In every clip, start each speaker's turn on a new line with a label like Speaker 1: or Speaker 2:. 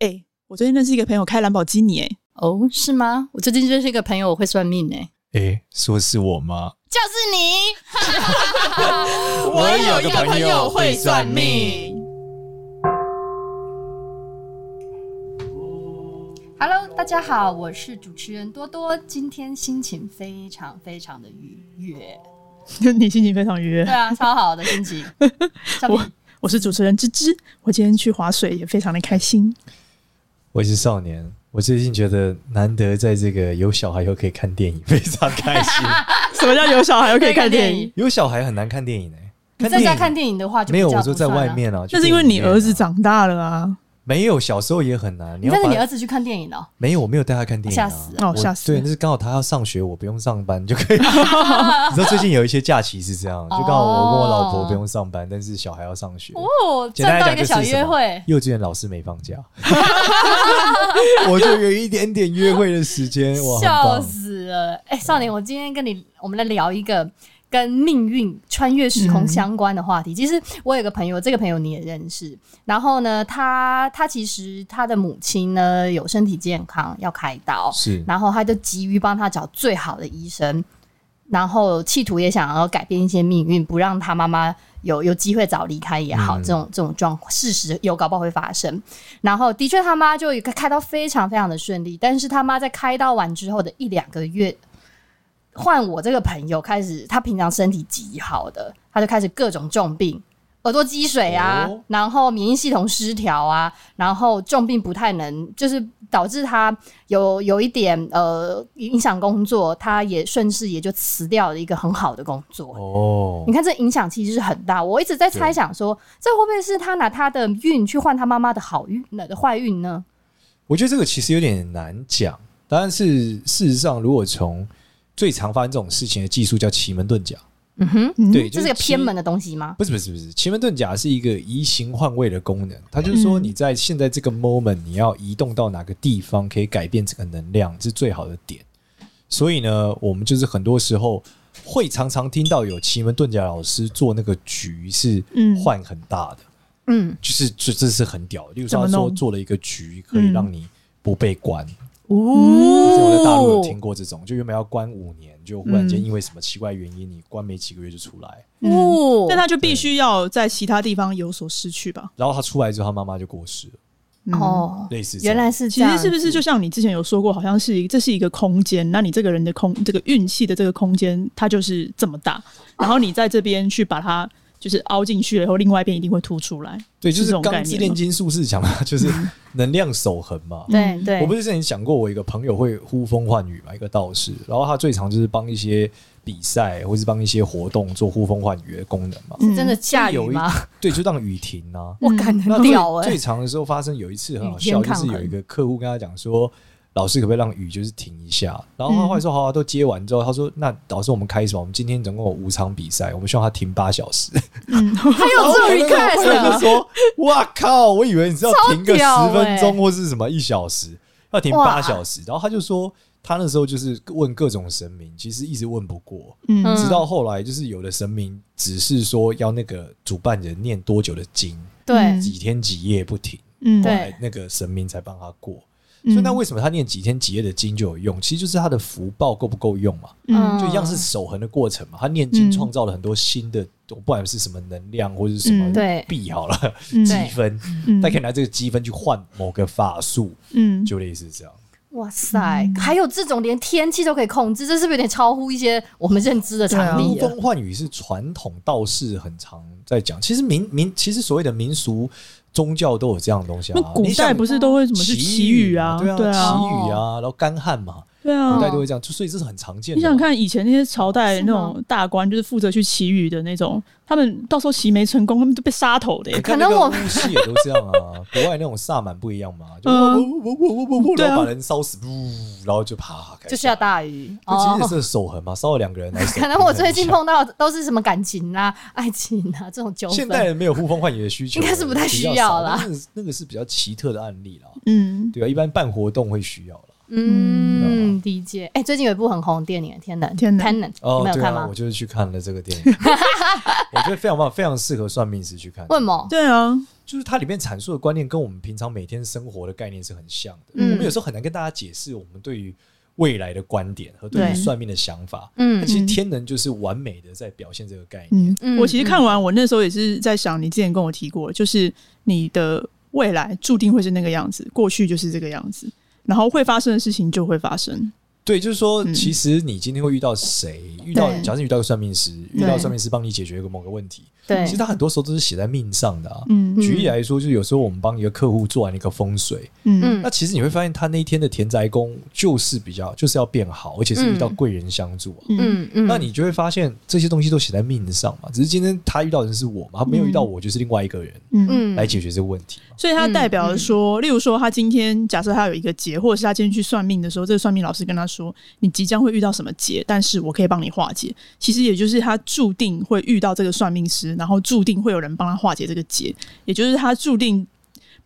Speaker 1: 哎、我最近认识一个朋友开兰博基尼、哎，
Speaker 2: 哦，是吗？我最近认识一个朋友，我会算命呢、
Speaker 3: 诶，说是我吗？
Speaker 2: 就是你。
Speaker 3: 我有个朋友会算命。
Speaker 2: Hello，大家好，我是主持人多多，今天心情非常非常的愉悦，
Speaker 1: 你心情非常愉悦
Speaker 2: 对。啊，超好的心 情。小
Speaker 1: 我我是主持人芝芝，我今天去划水也非常的开心。
Speaker 3: 我是少年，我最近觉得难得在这个有小孩又可以看电影，非常开 心。
Speaker 1: 什么叫有小孩又可以看电影？，
Speaker 3: 有小孩很难看电影呢、
Speaker 2: 你在家看电影的话就
Speaker 3: 没有，
Speaker 2: 比较
Speaker 3: 我说在
Speaker 2: 不算啊
Speaker 3: 外。面啊，去
Speaker 1: 那是因为
Speaker 3: 电
Speaker 1: 你
Speaker 3: 影院啊
Speaker 1: 儿子长大了啊。
Speaker 3: 没有，小时候也很难。你
Speaker 2: 你
Speaker 3: 要
Speaker 2: 带着
Speaker 3: 把
Speaker 2: 你儿子去看电影哦、
Speaker 3: 没有，我没有带他看电影、
Speaker 2: 吓
Speaker 3: 啊，
Speaker 2: 死
Speaker 1: 了哦
Speaker 3: 我
Speaker 1: 吓死了
Speaker 3: 对，那是刚好他要上学，我不用上班 就可以。你知道最近有一些假期是这样，就刚好我跟我老婆不用上班，但是小孩要上学。
Speaker 2: 哦，
Speaker 3: 简单
Speaker 2: 赚
Speaker 3: 来
Speaker 2: 到一
Speaker 3: 讲
Speaker 2: 个
Speaker 3: 就是
Speaker 2: 小约会
Speaker 3: 什么。幼稚园老师没放假， 我就有一点点约会的时间，哇，很
Speaker 2: 笑
Speaker 3: 棒！
Speaker 2: 死了！哎、少年，我今天跟你，我们来聊一个跟命运穿越时空相关的话题。其实我有个朋友，这个朋友你也认识。然后呢，他他其实他的母亲呢有身体健康要开刀，
Speaker 3: 是
Speaker 2: 然后他就急于帮他找最好的医生，然后企图也想要改变一些命运，不让他妈妈有有机会早离开也好，
Speaker 3: 嗯
Speaker 2: 这种这种状况事实有搞不好会发生。然后的确他妈就开开刀非常非常的顺利，但是他妈在开刀完之后的一两个月，换我这个朋友开始，他平常身体极好的，他就开始各种重病。耳朵积水啊，
Speaker 3: 哦
Speaker 2: 然后免疫系统失调啊，然后重病不太能，就是导致他有有一点呃影响工作，他也顺势也就辞掉了一个很好的工作。
Speaker 3: 哦
Speaker 2: 你，看这影响其实是很大，我一直在猜想说，这会不会是他拿他的运去换他妈妈的好运、那的坏运呢？
Speaker 3: 我觉得这个其实有点难讲，但是事实上，如果从最常发生这种事情的技术叫奇门遁甲，
Speaker 2: 嗯哼，
Speaker 1: 嗯
Speaker 3: 对，
Speaker 2: 这
Speaker 3: 就是
Speaker 2: 个
Speaker 3: 奇
Speaker 2: 偏门的东西吗？
Speaker 3: 不是不是不是，奇门遁甲是一个移形换位的功能，它就是说
Speaker 1: 嗯
Speaker 3: 你在现在这个 moment 你要移动到哪个地方可以改变这个能量是最好的点。所以呢，我们就是很多时候会常常听到有奇门遁甲老师做那个局是
Speaker 1: 嗯
Speaker 3: 换很大的，
Speaker 2: 嗯，
Speaker 3: 就是这这是很屌的。例如
Speaker 1: 怎
Speaker 3: 说
Speaker 1: 么
Speaker 3: 他说
Speaker 1: 弄
Speaker 3: 做了一个局可以让你不被关，
Speaker 2: 嗯
Speaker 1: 哦
Speaker 3: 这我在大陆有听过这种，就原本要关五年，就忽然间因为什么奇怪原因你关没几个月就出来，
Speaker 2: 哦
Speaker 1: 但他就必须要在其他地方有所失去吧？
Speaker 3: 然后他出来之后他妈妈就过世了。
Speaker 1: 嗯，
Speaker 2: 哦，
Speaker 3: 类似这样
Speaker 2: 原来是这
Speaker 1: 其
Speaker 2: 样
Speaker 1: 实
Speaker 2: 子，
Speaker 1: 是不是就像你之前有说过，好像是一这是一个空间，那你这个人的空这个运气的这个空间，它就是这么大，然后你在这边去把它就是凹进去了以后，另外一边一定会凸出来。
Speaker 3: 对，就是是
Speaker 1: 这种概
Speaker 3: 钢之
Speaker 1: 念吗
Speaker 3: 炼金术士 讲嘛，就是能量守恒嘛。
Speaker 2: 对嗯对，
Speaker 3: 我不是之前讲过，我有一个朋友会呼风唤雨嘛，一个道士，然后他最常就是帮一些比赛或是帮一些活动做呼风唤雨的功能嘛。
Speaker 2: 是真的下雨
Speaker 3: 有一
Speaker 2: 吗？
Speaker 3: 对，就当雨停啊。
Speaker 2: 我感
Speaker 3: 那
Speaker 2: 很
Speaker 3: 最
Speaker 2: 屌哎、
Speaker 3: 最长的时候发生有一次很好
Speaker 2: 雨
Speaker 3: 笑，
Speaker 2: 天
Speaker 3: 就
Speaker 2: 抗
Speaker 3: 是
Speaker 2: 衡
Speaker 3: 有一个客户跟他讲说，老师可不可以让雨就是停一下？然后他
Speaker 1: 嗯
Speaker 3: 后来说好、啊，都接完之后，他说那老师我们开始吧，我们今天总共有五场比赛，我们希望他停八小时。
Speaker 1: 嗯，
Speaker 2: 还有哎哦啊这 种 request
Speaker 3: 然后哦我就
Speaker 2: 的
Speaker 3: 说：“哇靠！我以为你是要停个
Speaker 2: 超屌
Speaker 3: 十
Speaker 2: 欸
Speaker 3: 分钟或是什么一小时，要停
Speaker 2: 哇
Speaker 3: 八小时。”然后他就说，他那时候就是问各种神明，其实一直问不过，
Speaker 1: 嗯
Speaker 2: 啊
Speaker 3: 直到后来就是有的神明只是说要那个主办人念多久的经，
Speaker 2: 对
Speaker 1: 嗯
Speaker 3: 几天几夜不停，
Speaker 1: 嗯，
Speaker 2: 对
Speaker 3: 哎，那个神明才帮他过。
Speaker 1: 嗯
Speaker 3: 所以那为什么他念几天几夜的经就有用？其实就是他的福报够不够用嘛。
Speaker 1: 嗯
Speaker 3: 就一样是守恒的过程嘛。他念经
Speaker 1: 嗯
Speaker 3: 创造了很多新的，不管是什么能量或者是什么
Speaker 1: 嗯
Speaker 2: 对
Speaker 3: 币好了，
Speaker 1: 嗯
Speaker 3: 积分，
Speaker 1: 嗯
Speaker 3: 他可以拿这个积分去换某个法术，
Speaker 1: 嗯，
Speaker 3: 就类似这样。
Speaker 2: 哇塞，还有这种连天气都可以控制，这是不是有点超乎一些我们认知的常
Speaker 1: 嗯
Speaker 3: 呼
Speaker 2: 理啊了？
Speaker 3: 风唤雨是传统道士很常在讲，其实民民其实所谓的民俗宗教都有这样的东西
Speaker 1: 那
Speaker 3: 啊。
Speaker 1: 古
Speaker 3: 你
Speaker 1: 代
Speaker 3: 想
Speaker 1: 不是都会什么是
Speaker 3: 祈
Speaker 1: 祈雨啊？
Speaker 3: 对啊，
Speaker 1: 对啊，
Speaker 3: 祈雨啊，然后干旱嘛，
Speaker 1: 对
Speaker 3: 古
Speaker 1: 啊。
Speaker 3: 代都会这样，就所以这是很常见的
Speaker 1: 你
Speaker 3: 嘛。
Speaker 1: 想看以前那些朝代
Speaker 2: 是
Speaker 1: 那
Speaker 2: 吗
Speaker 1: 种大官，就是负责去祈雨的那种，他们到时候祈没成功，他们都被杀头的耶
Speaker 3: 你。看
Speaker 2: 可能
Speaker 3: 那个
Speaker 2: 我
Speaker 3: 巫师也都这样啊，国外那种萨满不一样嘛，就
Speaker 1: 嗯
Speaker 3: 我我我我我我，
Speaker 1: 对啊
Speaker 3: 然后把人烧死，呜然后就啪，开始
Speaker 2: 就是要大雨
Speaker 3: 那
Speaker 2: 哦
Speaker 3: 其。实也是手痕嘛，烧了两个人来手。
Speaker 2: 可能我最近碰到的都是什么感情啦、爱情啊这种纠
Speaker 3: 现代
Speaker 2: 纷。
Speaker 3: 人没有呼风唤雨的需求，
Speaker 2: 应该是不太需要啦
Speaker 3: 比较少那个那个是比较奇特的案例啦，
Speaker 1: 嗯，
Speaker 3: 对啊，一般办活动会需要啦。
Speaker 2: 嗯，理解。哎、最近有一部很红的电影《天能》，
Speaker 1: 天能
Speaker 2: 能，你们有
Speaker 3: 对
Speaker 2: 看
Speaker 3: 啊，
Speaker 2: 吗
Speaker 3: 我？ 就是去看了这个电影，我觉得非常棒，非常适合算命师去看。
Speaker 2: 为什么？
Speaker 1: 对啊，
Speaker 3: 就是它里面阐述的观念跟我们平常每天生活的概念是很像的。
Speaker 2: 嗯
Speaker 3: 我们有时候很难跟大家解释我们对于未来的观点和对于
Speaker 2: 对
Speaker 3: 算命的想法。
Speaker 2: 嗯
Speaker 3: 那其实天能就是完美的在表现这个概念。
Speaker 1: 嗯
Speaker 2: 嗯，
Speaker 1: 我其实看完，我那时候也是在想，你之前跟我提过，就是你的未来注定会是那个样子，过去就是这个样子，然后会发生的事情就会发生。
Speaker 3: 对，就是说，
Speaker 1: 嗯
Speaker 3: 其实你今天会遇到谁，遇到
Speaker 2: 对
Speaker 3: 假设遇到一个算命师，遇
Speaker 2: 对
Speaker 3: 到算命师帮你解决一个某个问题，
Speaker 2: 对
Speaker 3: 其实他很多时候都是写在命上的啊。
Speaker 1: 嗯
Speaker 3: 举例来说，就是有时候我们帮一个客户做完一个风水，
Speaker 1: 嗯
Speaker 2: 嗯
Speaker 3: 那其实你会发现他那一天的田宅宫就是比较就是要变好，而且是遇到贵人相助啊。
Speaker 1: 嗯
Speaker 2: 嗯嗯，
Speaker 3: 那你就会发现这些东西都写在命上嘛，只是今天他遇到的人是我嘛，他没有遇到我就是另外一个人
Speaker 1: 嗯，
Speaker 2: 嗯
Speaker 3: 来解决这个问题嘛。
Speaker 1: 所以它代表了说，
Speaker 3: 嗯
Speaker 1: 例如说，他今天假设他有一个劫，或者是他今天去算命的时候，这个算命老师跟他说，你即将会遇到什么劫，但是我可以帮你化解。其实也就是他注定会遇到这个算命师，然后注定会有人帮他化解这个劫，也就是他注定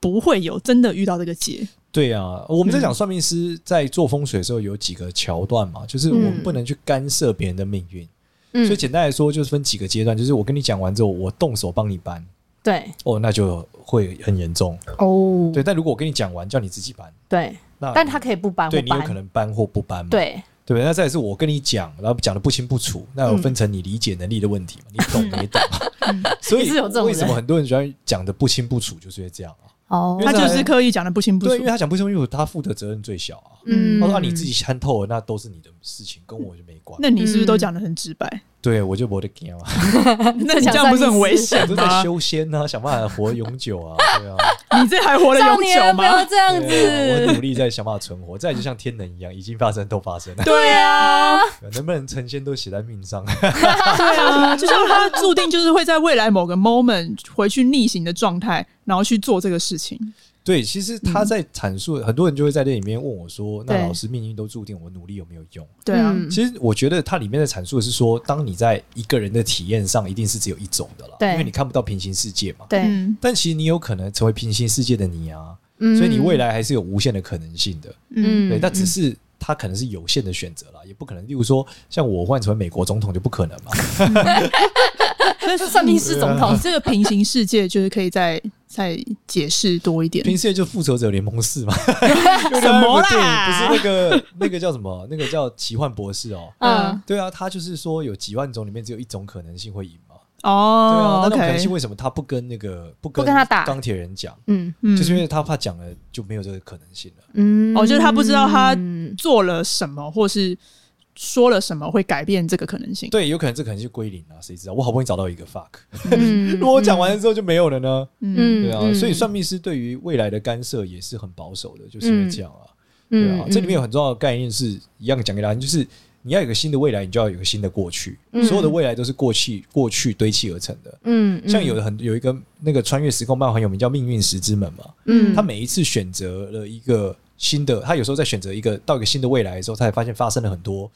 Speaker 1: 不会有真的遇到这个劫。
Speaker 3: 对啊，我
Speaker 2: 嗯
Speaker 3: 们在讲算命师在做风水的时候有几个桥段嘛，就是我们不能去干涉别人的命运。
Speaker 2: 嗯
Speaker 3: 所以简单来说，就是分几个阶段，就是我跟你讲完之后，我动手帮你搬，
Speaker 2: 对
Speaker 3: 哦，那就会很严重。
Speaker 2: 哦
Speaker 3: 对，但如果我跟你讲完，叫你自己搬，
Speaker 2: 对，
Speaker 3: 那
Speaker 2: 但他可以不搬或
Speaker 3: 对你有
Speaker 2: 搬，
Speaker 3: 可能搬或不搬嘛。
Speaker 2: 对
Speaker 3: 对不对？那再来是我跟你讲，然后讲的不清不楚，那
Speaker 2: 嗯
Speaker 3: 有分成你理解能力的问题嘛？你懂没懂？ 所
Speaker 2: 也
Speaker 3: 以
Speaker 2: 是有这种人
Speaker 3: 为什么很多人喜欢讲的不清不楚，就是因为这样啊？
Speaker 2: 哦
Speaker 3: 因
Speaker 1: 他
Speaker 3: 为在
Speaker 1: 就是刻意讲的不清不楚
Speaker 3: 对，啊因。为他讲不清不楚，他负的责任最小啊。
Speaker 2: 嗯
Speaker 3: 他说啊，你自己看透了，那都是你的事情，跟我就没关。
Speaker 1: 那你是不是都讲的很直白？
Speaker 3: 对我就没 得讲啊，
Speaker 1: 那你这样不是很危险
Speaker 3: 我都在
Speaker 1: 吗？
Speaker 3: 修仙呢、啊，想办法活永久啊，对啊，
Speaker 1: 你这还活得
Speaker 2: 少
Speaker 1: 永久
Speaker 2: 年不要
Speaker 1: 吗？
Speaker 2: 这样
Speaker 3: 对啊我
Speaker 2: 子，
Speaker 3: 努力在想办法存活。再来就像天能一样，已经发生都发生了，
Speaker 1: 对
Speaker 2: 哦
Speaker 1: 啊，
Speaker 3: 能不能成仙都写在命上。
Speaker 1: 对啊，就像他注定就是会在未来某个 moment 回去逆行的状态，然后去做这个事情。
Speaker 3: 对，其实他
Speaker 1: 嗯
Speaker 3: 在阐述，很多人就会在这里面问我说：“那
Speaker 2: 对
Speaker 3: 老师命运都注定，我努力有没有用
Speaker 1: 对啊，
Speaker 2: 嗯
Speaker 3: 其实我觉得它里面的阐述是说，当你在一个人的体验上，一定是只有一种的啦，
Speaker 2: 对
Speaker 3: 因为你看不到平行世界嘛。
Speaker 2: 对，
Speaker 1: 嗯
Speaker 3: 但其实你有可能成为平行世界的你啊，
Speaker 2: 嗯
Speaker 3: 所以你未来还是有无限的可能性的。
Speaker 1: 嗯
Speaker 3: 对，但只是它可能是有限的选择啦，也不可能。例如说，像我换成为美国总统就不可 能嘛。
Speaker 1: 那
Speaker 2: 嗯算命师总
Speaker 3: 啊
Speaker 2: 统
Speaker 1: 这个平行世界就是可以再再解释多一点。
Speaker 3: 平行世界就复仇者联盟 四嘛，
Speaker 1: 什么
Speaker 3: 对，不
Speaker 1: 啦？
Speaker 3: 是那个那个叫什么？那个叫奇幻博士哦。
Speaker 2: 嗯
Speaker 3: 对啊，他就是说有几万种里面只有一种可能性会赢嘛。对啊，
Speaker 1: 哦
Speaker 3: 那种可能性
Speaker 1: ，OK，
Speaker 3: 为什么他不跟那个不
Speaker 2: 不跟他打
Speaker 3: 钢铁人讲？
Speaker 2: 嗯
Speaker 1: 嗯
Speaker 3: 就是因为他怕讲了就没有这个可能性了。
Speaker 2: 嗯
Speaker 1: 哦就是他不知道他
Speaker 2: 嗯
Speaker 1: 做了什么，或是说了什么会改变这个可能性。
Speaker 3: 对，有可能这可能性归零啊，谁知道？我好不容易找到一个 fuck，
Speaker 2: 嗯
Speaker 3: 如果我讲完了之后就没有了呢？
Speaker 1: 嗯
Speaker 3: 对啊，所以算
Speaker 2: 命
Speaker 3: 命师对于未来的干涉也是很保守的，就是因为这样啊。对
Speaker 2: 嗯
Speaker 3: 啊，这里面有很重要的概念是一样讲给大家，就是你要有个新的未来，你就要有个新的过去。
Speaker 2: 嗯
Speaker 3: 所有的未来都是过去过去堆砌而成的。
Speaker 2: 嗯嗯
Speaker 3: 像有的很有一个那个穿越时空漫画很有名叫《命运石之门》嘛，
Speaker 2: 嗯
Speaker 3: 他每一次选择了一个新的，他有时候在选择一个到一个新的未来的时候，他才发现发生了很多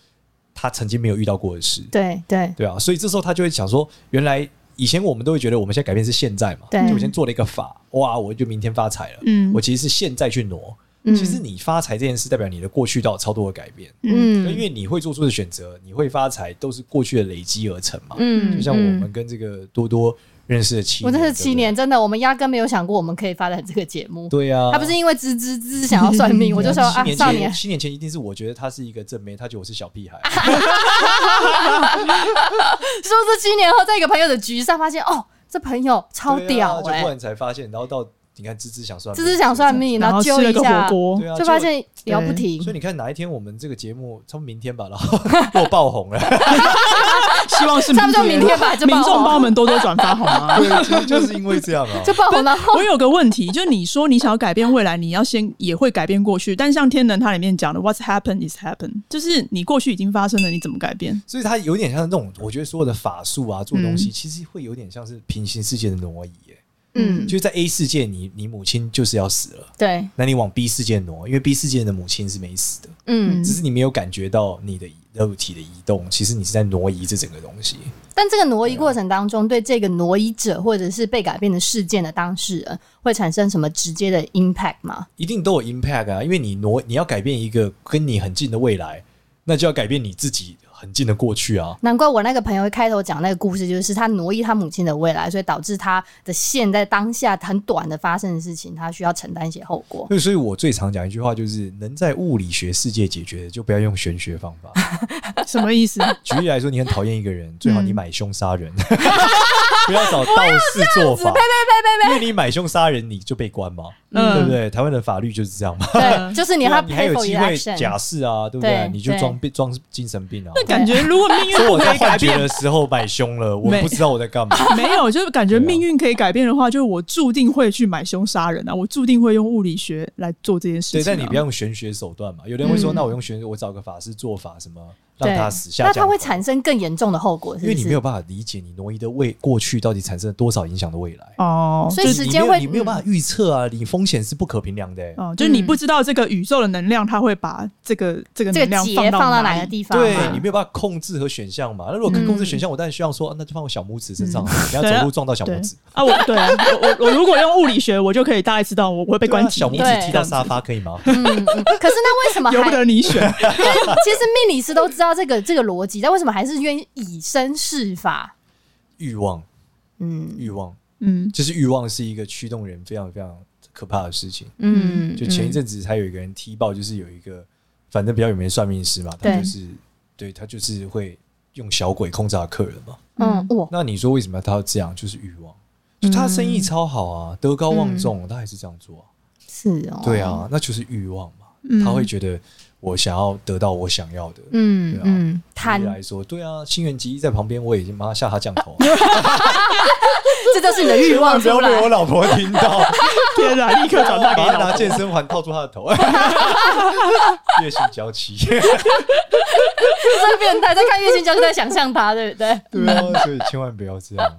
Speaker 3: 他曾经没有遇到过的事，
Speaker 2: 对对
Speaker 3: 对啊，所以这时候他就会想说，原来以前我们都会觉得我们现在改变是现在嘛，
Speaker 2: 对
Speaker 3: 就我先做了一个法，哇，我就明天发财了，
Speaker 1: 嗯
Speaker 3: 我其实是现在去挪，
Speaker 2: 嗯
Speaker 3: 其实你发财这件事代表你的过去到超多的改变，
Speaker 2: 嗯
Speaker 3: 因为你会做出的选择，你会发财都是过去的累积而成嘛，
Speaker 2: 嗯
Speaker 3: 就像我们跟这个多多认识的七年，
Speaker 2: 我认识
Speaker 3: 对不对
Speaker 2: 七年，，真的，我们压根没有想过我们可以发展这个节目。
Speaker 3: 对啊，
Speaker 2: 他不是因为芝芝芝想要算命，我就说啊
Speaker 3: 七，年
Speaker 2: 少
Speaker 3: 前，
Speaker 2: 年，啊
Speaker 3: 七年前一定是我觉得他是一个正妹，他觉得我是小屁孩。
Speaker 2: 说这七年后，在一个朋友的局上发现，哦，这朋友超屌
Speaker 3: 对啊就
Speaker 2: 哎
Speaker 3: 忽，然才发现，然后到你看芝芝想算命，
Speaker 2: 芝芝想算命，
Speaker 1: 然
Speaker 2: 后
Speaker 1: 后吃
Speaker 2: 揪
Speaker 1: 了
Speaker 2: 一
Speaker 1: 个
Speaker 2: 下
Speaker 1: 火，锅
Speaker 3: 对，啊，
Speaker 2: 就发现聊不停
Speaker 3: 就。所以你看哪一天我们这个节目，从明天吧，然后 我爆红了，
Speaker 1: 希望是
Speaker 2: 差不多明天吧就爆
Speaker 1: 民
Speaker 2: 红
Speaker 1: 众帮我们多多转发好吗？
Speaker 3: 对，其实就是因为这样啊
Speaker 2: 就。爆红，然后
Speaker 1: 我有个问题，就你说你想要改变未来，你要先也会改变过去。但像天能它里面讲的，What's happened is happened，就是你过去已经发生了，你怎么改变？
Speaker 3: 所以它有点像那种，我觉得所有的法术啊，做东西
Speaker 1: 嗯
Speaker 3: 其实会有点像是平行世界的挪移耶。
Speaker 2: 嗯，
Speaker 3: 就是在 A 世界，你你母亲就是要死了，
Speaker 2: 对，
Speaker 3: 那你往 B 世界挪，因为 B 世界的母亲是没死的。
Speaker 2: 嗯
Speaker 1: 嗯，
Speaker 3: 只是你没有感觉到你的移肉体的移动，其实你是在挪移这整个东西。
Speaker 2: 但这个挪移过程当中，对这个挪移者或者是被改变的事件的当事人，会产生什么直接的 impact 吗？
Speaker 3: 一定都有 impact 啊，因为你挪，你要改变一个跟你很近的未来，那就要改变你自己很近的过去啊。
Speaker 2: 难怪我那个朋友一开头讲那个故事，就是他挪移他母亲的未来，所以导致他的现在当下很短的发生的事情，他需要承担一些后果。
Speaker 3: 对，所以我最常讲一句话就是，能在物理学世界解决的，就不要用玄学方法。
Speaker 1: 什么意 思？
Speaker 3: 举例来说，你很讨厌一个人，最好你买凶杀人， 不要找道士做法。因为你买凶杀人，你就被关嘛，
Speaker 1: 嗯
Speaker 3: 对不对？台湾的法律就是这样嘛。
Speaker 2: 对，就是你
Speaker 3: 对啊
Speaker 2: 要
Speaker 3: 你还有
Speaker 2: pay for
Speaker 3: 机
Speaker 2: your
Speaker 3: 会
Speaker 2: action
Speaker 3: 假释啊，对不对
Speaker 2: 对？
Speaker 3: 你就
Speaker 2: 对
Speaker 3: 装病装精神病啊。
Speaker 1: 感觉如果命运
Speaker 3: 所以我
Speaker 1: 不可
Speaker 3: 在
Speaker 1: 以改
Speaker 3: 幻觉
Speaker 1: 变，
Speaker 3: 的时候买凶了，我
Speaker 1: 没
Speaker 3: 不知道我在干嘛。
Speaker 1: 没有，就是感觉命运可以改变的话，就是我注定会去买凶杀人啊，我注定会用物理学来做这件事情、
Speaker 3: 对，
Speaker 1: 啊。
Speaker 3: 但你不要用玄学手段嘛。有的人会说，
Speaker 1: 嗯
Speaker 3: 那我用玄学，我找个法师做法，什么让
Speaker 2: 对，
Speaker 3: 他死下
Speaker 2: 那
Speaker 3: 降
Speaker 2: 它
Speaker 3: 头。
Speaker 2: 会产生更严重的后果，是
Speaker 3: 因
Speaker 2: 不
Speaker 3: 为你没
Speaker 2: 是
Speaker 3: 有？办法理解你挪移的未过去到底产生了多少影响的未来，
Speaker 1: 哦，
Speaker 2: 所以
Speaker 1: 就
Speaker 3: 就是
Speaker 2: 时
Speaker 3: 你
Speaker 2: 间
Speaker 3: 没有
Speaker 2: 会
Speaker 3: 你没有办法预测啊，你风险是不可衡量的欸。
Speaker 1: 哦，就是你不知道这个宇宙的能量，它会把这个这个
Speaker 2: 嗯
Speaker 1: 能
Speaker 2: 这个
Speaker 1: 量
Speaker 2: 结
Speaker 1: 到
Speaker 2: 放到
Speaker 1: 哪
Speaker 2: 哪
Speaker 1: 里
Speaker 2: 个？地方嘛？
Speaker 3: 对你没有办法控制和选项嘛？那如果可以控制选项，我当然希望说，啊那就放我小拇指身上啊，不要走路撞到小拇
Speaker 1: 对
Speaker 3: 指，
Speaker 1: 啊，我对啊，我我我如果用物理学，我就可以大概知道我我会被
Speaker 3: 对啊
Speaker 1: 关几
Speaker 3: 小拇
Speaker 1: 年
Speaker 2: 对
Speaker 3: 指踢到沙发可以吗？
Speaker 2: 嗯，嗯可是那为什么
Speaker 1: 由不
Speaker 2: 还
Speaker 1: 得你选。
Speaker 2: 其实命理师都知道这个这个逻辑，但为什么还是愿意以身试法？
Speaker 3: 欲望，
Speaker 2: 嗯
Speaker 3: 欲望，
Speaker 1: 嗯，
Speaker 3: 就是欲望是一个驱动人非常非常可怕的事情。
Speaker 2: 嗯，
Speaker 3: 就前一阵子还有一个人踢爆，就是有一个反正比较有名的算命师嘛，他
Speaker 2: 对
Speaker 3: 就是对他就是会用小鬼控制他客人嘛。
Speaker 2: 嗯，嗯哇，
Speaker 3: 那你说为什么他要这样？就是欲望，就他生意超好啊，德高望重，他还是这样做啊、
Speaker 2: 是嗯哦，
Speaker 3: 对，啊，那就是欲望嘛。
Speaker 1: 嗯
Speaker 3: 他会觉得我想要得到我想要的。
Speaker 2: 嗯
Speaker 3: 对啊
Speaker 2: 嗯，
Speaker 3: 举
Speaker 2: 贪
Speaker 3: 例，来说，对啊，新垣结衣在旁边，我已经妈下他降头啊，
Speaker 2: 这就是 你的欲望
Speaker 3: 不要
Speaker 2: 出
Speaker 3: 被我
Speaker 2: 来。
Speaker 3: 老婆听到，
Speaker 1: 天啊， 立刻转
Speaker 3: 把
Speaker 1: 发给你
Speaker 3: 他拿
Speaker 1: 老
Speaker 3: 健
Speaker 1: 婆。
Speaker 3: 身环套住他 的头，月薪娇妻。
Speaker 2: 这个变态在看月薪就是在想象他，对不对？
Speaker 3: 对啊，所以千万不要这样。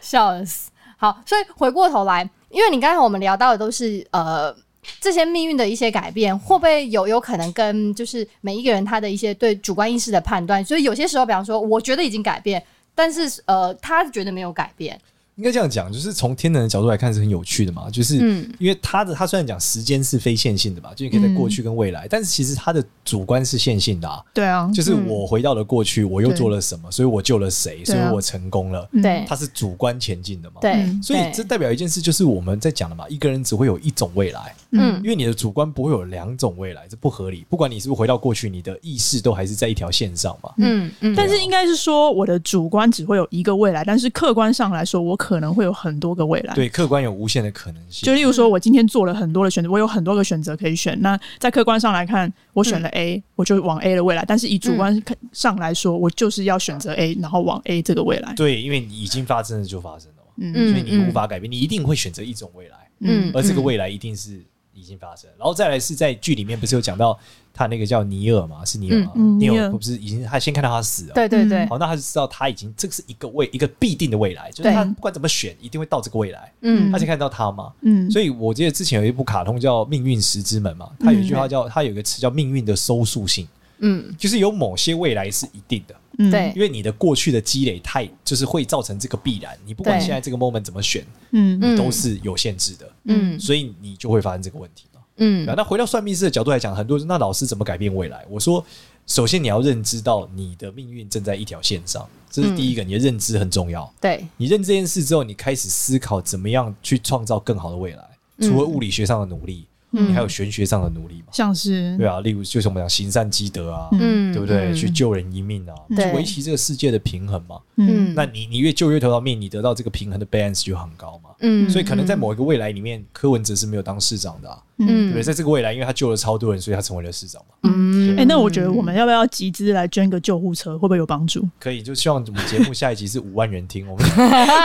Speaker 2: 笑死。好，所以回过头来，因为你刚才我们聊到的都是呃这些命运的一些改变，会不会有有可能跟就是每一个人他的一些对主观意识的判断？所以有些时候，比方说，我觉得已经改变，但是呃，他觉得没有改变。
Speaker 3: 应该这样讲，就是从天能的角度来看是很有趣的嘛，就是
Speaker 2: 嗯
Speaker 3: 因为他的他虽然讲时间是非线性的嘛，就你可以在过去跟未
Speaker 1: 嗯
Speaker 3: 来，但是其实他的主观是线性的啊，
Speaker 1: 对啊，
Speaker 3: 就是我回到了过去，我又
Speaker 1: 对
Speaker 3: 做了什么，所以我救了谁，所
Speaker 1: 对啊
Speaker 3: 以我成功了，
Speaker 1: 嗯
Speaker 2: 对
Speaker 3: 它是主观前进的嘛。
Speaker 2: 对，
Speaker 1: 嗯
Speaker 3: 所以
Speaker 2: 对
Speaker 3: 这代表一件事，就是我们在讲的嘛，一个人只会有一种未来，
Speaker 2: 嗯
Speaker 3: 因为你的主观不会有两种未来，这不合理。不管你是不是回到过去，你的意识都还是在一条线上嘛。
Speaker 2: 嗯嗯，
Speaker 1: 但是
Speaker 3: 啊
Speaker 1: 应该是说，我的主观只会有一个未来，但是客观上来说，我可能会有很多个未来。
Speaker 3: 对，客观有无限的可能性。
Speaker 1: 嗯就例如说，我今天做了很多的选择，我有很多个选择可以选。那在客观上来看，我
Speaker 3: 嗯
Speaker 1: 选了 A，、我就往 A 的未来；但是以主观看上来说，我就是要选择 A，然后往 A 这个未来。
Speaker 3: 嗯对，因为你已经发生了就发生了嘛，
Speaker 1: 嗯
Speaker 3: 所以
Speaker 2: 嗯
Speaker 3: 你无
Speaker 2: 嗯
Speaker 3: 法改变，你一定会选择一种未来，
Speaker 2: 嗯，
Speaker 3: 而这个
Speaker 2: 嗯
Speaker 3: 未来一定是已经发生。然后再来是在剧里面不是有讲到他那个叫尼尔嘛，是尼尔嘛，
Speaker 1: 嗯嗯
Speaker 3: 尼
Speaker 1: 尼
Speaker 3: 尔
Speaker 1: 尔
Speaker 3: 不是已经他先看到他死了，
Speaker 2: 对对对，
Speaker 3: 好，那他就知道他已经这个是一个未一个必定的未来，就是他
Speaker 2: 对
Speaker 3: 不管怎么选，一定会到这个未来，
Speaker 2: 嗯
Speaker 3: 他先看到他嘛。
Speaker 1: 嗯，
Speaker 3: 所以我记得之前有一部卡通叫《命运石之门》嘛，它有一句话叫它有一个词叫“命运的收束性”，
Speaker 2: 嗯
Speaker 3: 就是有某些未来是一定的，
Speaker 1: 以
Speaker 2: 对
Speaker 3: 因为你的过去的积累太就是会造成这个必然，你不管
Speaker 2: 对
Speaker 3: 现在这个 moment 怎么选，
Speaker 1: 嗯嗯
Speaker 2: 嗯
Speaker 3: 都是有限制的，
Speaker 2: 嗯
Speaker 3: 所以你就会发生这个问题嘛。
Speaker 2: 嗯
Speaker 3: 对啊那回到算命师的角度来讲，很多人说那老师怎么改变未来？我说，首先你要认知到你的命运正在一条线上，这
Speaker 2: 嗯
Speaker 3: 是第一个，你的认知很重要。
Speaker 2: 对
Speaker 3: 你认知这件事之后，你开始思考怎么样去创造更好的未来。
Speaker 2: 嗯
Speaker 3: 除了物理学上的努力，
Speaker 1: 嗯
Speaker 3: 你还有玄学上的努力嘛？
Speaker 1: 像是
Speaker 3: 对啊，例如就是我们讲行善积德啊，
Speaker 2: 嗯
Speaker 3: 对不对？
Speaker 2: 嗯
Speaker 3: 去救人一命啊，
Speaker 2: 对
Speaker 3: 就维持这个世界的平衡嘛。
Speaker 1: 嗯
Speaker 2: 嗯
Speaker 3: 那你你越救越得到命，你得到这个平衡的 balance 就很高嘛。
Speaker 2: 嗯
Speaker 3: 所以可能在某一个未来里面，柯文哲是没有当市长的、啊，
Speaker 1: 嗯。
Speaker 3: 对不对？在这个未来，因为他救了超多人，所以他成为了市长嘛。
Speaker 2: 嗯
Speaker 1: 哎、那我觉得我们要不要集资来捐个救护车，会不会有帮 助？
Speaker 3: 可以，就希望我们节目下一集是五万人听，我们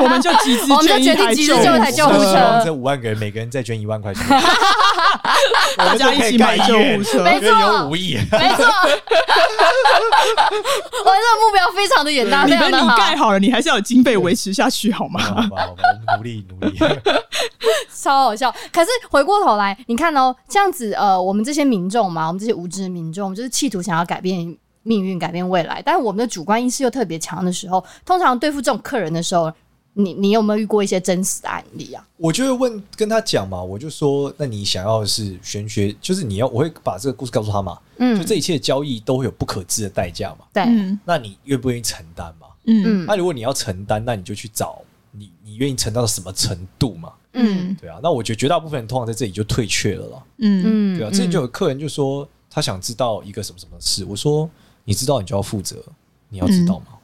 Speaker 1: 我们就集资
Speaker 2: 我们就
Speaker 1: 捐一
Speaker 2: 决定
Speaker 1: 台
Speaker 2: 集资
Speaker 1: 救
Speaker 2: 救一
Speaker 1: 护
Speaker 2: 台
Speaker 1: 车
Speaker 2: 救护
Speaker 3: 我们希望
Speaker 2: 车
Speaker 3: 这五万个人每个人再捐一万块钱，我
Speaker 1: 大
Speaker 3: 们就
Speaker 1: 家
Speaker 3: 可以
Speaker 1: 一起
Speaker 3: 盖
Speaker 1: 买
Speaker 3: 医
Speaker 1: 救
Speaker 3: 院
Speaker 1: 护车。
Speaker 2: 没
Speaker 3: 因为有五 亿，
Speaker 2: 没错，我这个目标非常的远 大，
Speaker 1: 你
Speaker 2: 非
Speaker 1: 们
Speaker 2: 常的
Speaker 1: 你
Speaker 2: 好，
Speaker 1: 盖好了，你还是要有经费维持下去，好
Speaker 3: 好
Speaker 1: 吗？
Speaker 3: 吧，好吧，我们努力努力。
Speaker 2: 超好笑。可是回过头来，你看哦，这样子呃，我们这些民众嘛，我们这些无知的民众，就是企图想要改变。命运改变未来，但我们的主观意识又特别强的时候，通常对付这种客人的时候，你你有没有遇过一些真实的案例啊？
Speaker 3: 我就会问跟他讲嘛，我就说，那你想要的是玄学，就是你要，我会把这个故事告诉他嘛，就
Speaker 2: 嗯，
Speaker 3: 这一切交易都会有不可知的代价嘛，
Speaker 2: 对，
Speaker 1: 嗯
Speaker 3: 那你愿不愿意承担嘛？
Speaker 1: 嗯
Speaker 2: 嗯
Speaker 3: 那如果你要承担，那你就去找你你愿意承担到什么程度嘛？
Speaker 2: 嗯
Speaker 1: 嗯
Speaker 3: 对啊，那我觉得绝大部分人通常在这里就退却了啦。
Speaker 1: 嗯
Speaker 2: 嗯，
Speaker 3: 对啊，之前
Speaker 2: 嗯
Speaker 3: 就有客人就说他想知道一个什么什么事，我说你知道你就要负责，你要知道吗？
Speaker 2: 嗯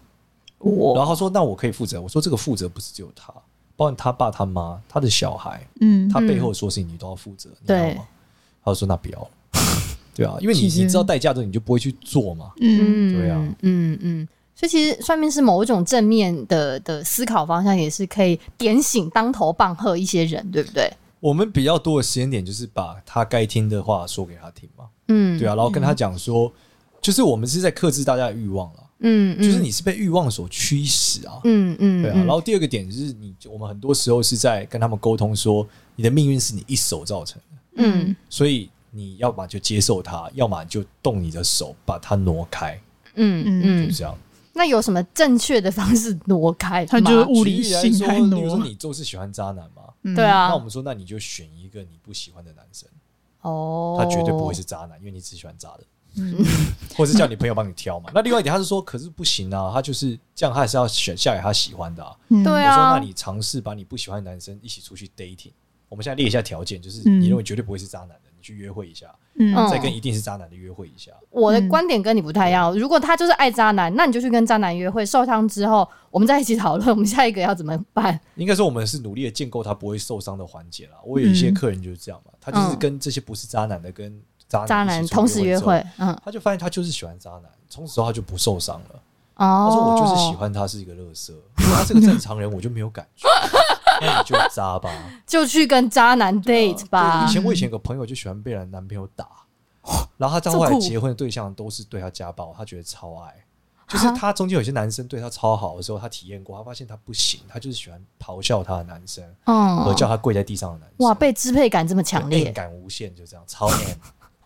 Speaker 2: 我
Speaker 3: 然后他说那我可以负责，我说这个负责不是只有他，包括他爸、他妈、他的小孩，
Speaker 1: 嗯
Speaker 3: 他背后所有事情你都要负责，你
Speaker 2: 对
Speaker 3: 要吗？他就说那不要了， 对啊，因为你
Speaker 1: 其实
Speaker 3: 你知道代价之后你就不会去做嘛，
Speaker 1: 嗯
Speaker 2: 嗯，
Speaker 3: 对啊
Speaker 2: 嗯嗯。所以其实算命是某一种正面的的思考方向，也是可以点醒当头棒喝一些人，对不对？
Speaker 3: 我们比较多的时间点就是把他该听的话说给他听嘛，
Speaker 2: 嗯，
Speaker 3: 对啊，然后跟他讲说，就是我们是在克制大家的欲望了，
Speaker 2: 嗯，嗯，
Speaker 3: 就是你是被欲望所驱使啊，
Speaker 2: 嗯，嗯嗯，
Speaker 3: 对啊。然后第二个点就是你，我们很多时候是在跟他们沟通说，你的命运是你一手造成的，
Speaker 2: 嗯
Speaker 3: 所以你要么就接受它，要么就动你的手把它挪开，
Speaker 2: 嗯
Speaker 3: 就
Speaker 2: 嗯，
Speaker 3: 这样。
Speaker 2: 那有什么正确的方式挪开吗？
Speaker 1: 他就是物理
Speaker 3: 举例来
Speaker 1: 性
Speaker 3: 说，
Speaker 1: 太
Speaker 3: 比如
Speaker 1: 多
Speaker 3: 说，你就是喜欢渣男嘛，
Speaker 1: 嗯
Speaker 2: 对，啊
Speaker 3: 那我，们说，那你就选一个你不喜欢的男生，
Speaker 2: 哦，
Speaker 3: 他绝对不会是渣男，因为你只喜欢渣的。或者是叫你朋友帮你挑嘛。那另外一点，他是说，可是不行啊，他就是这样，他还是要选下给他喜欢的啊。
Speaker 1: 嗯
Speaker 2: 对
Speaker 3: 我说，
Speaker 2: 啊，
Speaker 3: 那你尝试把你不喜欢的男生一起出去 dating。我们现在列一下条件，就是
Speaker 1: 嗯
Speaker 3: 你认为绝对不会是渣男的，你去约会一下，
Speaker 1: 嗯
Speaker 2: 嗯
Speaker 3: 再跟一定是渣男的约会一下。
Speaker 2: 我的
Speaker 1: 嗯
Speaker 2: 观点跟你不太一
Speaker 3: 啊
Speaker 2: 样。如果他就是爱渣男，那你就去跟渣男约会，受伤之后，我们再一起讨论我们下一个要怎么办。
Speaker 3: 应该说，我们是努力的建构他不会受伤的环节啦。我有一些
Speaker 1: 嗯
Speaker 3: 客人就是这样嘛，他就是跟这些不是渣男的跟渣
Speaker 2: 嗯渣
Speaker 3: 男
Speaker 2: 男
Speaker 3: 一起出去
Speaker 2: 同时约
Speaker 3: 之后，
Speaker 2: 会，嗯，
Speaker 3: 他就发现他就是喜欢渣男，从此之后他就不受伤了。
Speaker 2: 哦，
Speaker 3: 他说我就是喜，欢他是一个乐色，因为他是个正常人，我就没有感 觉。那你就渣吧。
Speaker 2: 就去跟渣男 date 吧哦
Speaker 3: 对以。前我以前有个朋友就喜欢被人男朋友打， 然后他到后来结婚的对象都是对他家暴，他觉得超爱。
Speaker 2: 啊
Speaker 3: 就是他中间有些男生对他超好的时候，他体验过，他发现他不行，他就是喜欢咆哮他的男生，和
Speaker 2: 嗯，
Speaker 3: 叫他跪在地上的男生。
Speaker 2: 哇，被支配感这么强
Speaker 3: 对
Speaker 2: 烈
Speaker 3: M，感无限，就这样 超 M。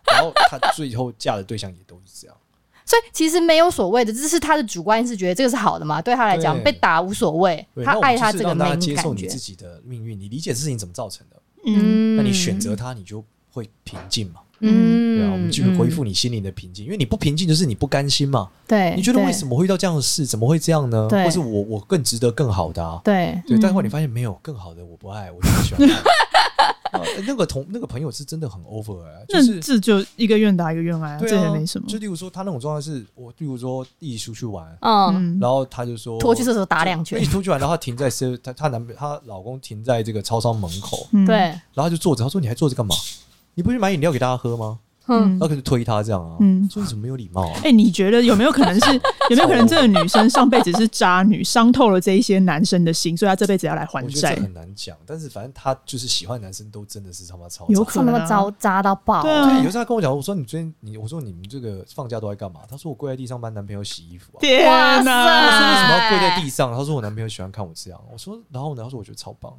Speaker 3: 然后他最后嫁的对象也都是这样。
Speaker 2: 所以其实没有所谓的，这是他的主观是觉得这个是好的嘛，对他来讲
Speaker 3: 对
Speaker 2: 被打无所谓
Speaker 3: 对，，那
Speaker 2: 他
Speaker 3: 我
Speaker 2: 爱
Speaker 3: 们
Speaker 2: 他这
Speaker 3: 就是
Speaker 2: 个
Speaker 3: 让大
Speaker 2: 美
Speaker 3: 家
Speaker 2: 女
Speaker 3: 接受
Speaker 2: 感
Speaker 3: 你
Speaker 2: 觉
Speaker 3: 自。己的命运，你理解事情怎么造成的，
Speaker 1: 嗯
Speaker 3: 那你选择他，你就会平静嘛。
Speaker 2: 嗯，
Speaker 3: 对啊，我们就恢
Speaker 2: 嗯。
Speaker 3: 复你心灵的平静，因为你不平静就是你不甘心嘛。
Speaker 2: 对，
Speaker 3: 你觉得为
Speaker 2: 么？
Speaker 3: 什么会遇到这样的事？怎么会这样呢？
Speaker 2: 对
Speaker 3: 或是我我更值得更好的啊？
Speaker 2: 对，
Speaker 3: 对，
Speaker 1: 嗯
Speaker 3: 但后来你发现没有更好的，我不爱，我就不喜 欢他。啊那个同那个朋友是真的很 over 哎、就
Speaker 1: 那
Speaker 3: 是
Speaker 1: 这就一个愿打一个愿挨啊，
Speaker 3: 对
Speaker 1: 这
Speaker 3: 啊，
Speaker 1: 也没什么。
Speaker 3: 就例如说他那种状态是，我例如说一起出去玩，
Speaker 2: 嗯，
Speaker 1: 嗯，
Speaker 3: 然后他就说
Speaker 2: 拖去厕所打两
Speaker 3: 一
Speaker 2: 拳，
Speaker 3: 起出去玩，然后他停在是他他男他老公停在这个超商门 口，
Speaker 1: 嗯，
Speaker 2: 对，
Speaker 3: 然后他就坐着，他说你还坐着干嘛？你不去买饮料给大家喝吗？
Speaker 2: 嗯
Speaker 1: 嗯
Speaker 3: 然后可是推他这样啊，
Speaker 1: 嗯
Speaker 3: 说你怎么没有礼貌啊？
Speaker 1: 哎、你觉得有没有可能是有没有可能这个女生上辈子是渣女，伤透了这一些男生的心，所以她这辈子要来还
Speaker 3: 我觉得
Speaker 1: 债
Speaker 3: 这？很难讲，但是反正他就是喜欢的男生都真的是他妈超
Speaker 1: 有
Speaker 3: 渣
Speaker 1: 可
Speaker 2: 这么糟渣到爆，
Speaker 1: 对
Speaker 3: 啊对
Speaker 1: 啊
Speaker 3: 有时候他跟我讲，我说你最近你，我说你们这个放假都在干嘛？他说我跪在地上帮男朋友洗衣服啊。
Speaker 1: 天
Speaker 3: 我
Speaker 2: 哇
Speaker 3: 说
Speaker 2: 塞
Speaker 1: 哪！
Speaker 3: 为什么要跪在地上？他说我男朋友喜欢看我这样。我说然后呢？他说我觉得超棒。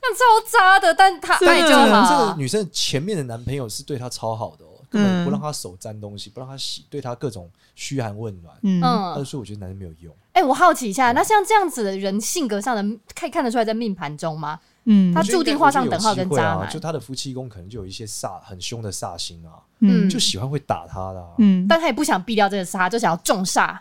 Speaker 2: 那超渣的，但他
Speaker 1: 这
Speaker 2: 爱就
Speaker 3: 啊这个
Speaker 2: 好。嗯
Speaker 3: 女生前面的男朋友是对她超好的哦，根本
Speaker 1: 嗯
Speaker 3: 不让她手沾东西，不让她洗，对她各种嘘寒问暖。
Speaker 1: 嗯，
Speaker 3: 他就
Speaker 2: 嗯，
Speaker 3: 说我觉得男生没有用。
Speaker 2: 哎，我好奇一下，那像这样子的人性格上的，可以看得出来在命盘中吗？
Speaker 1: 嗯
Speaker 2: 他
Speaker 3: 我觉得
Speaker 2: 注定
Speaker 3: 应该
Speaker 2: 画上
Speaker 3: 我觉得有
Speaker 2: 等号跟
Speaker 3: 机会啊
Speaker 2: 渣男
Speaker 3: 就他的夫妻宫可能就有一些煞很凶的煞星啊，
Speaker 1: 嗯
Speaker 3: 就喜欢会打他的、啊。
Speaker 1: 嗯，
Speaker 2: 但他也不想避掉这个杀，就想要重煞。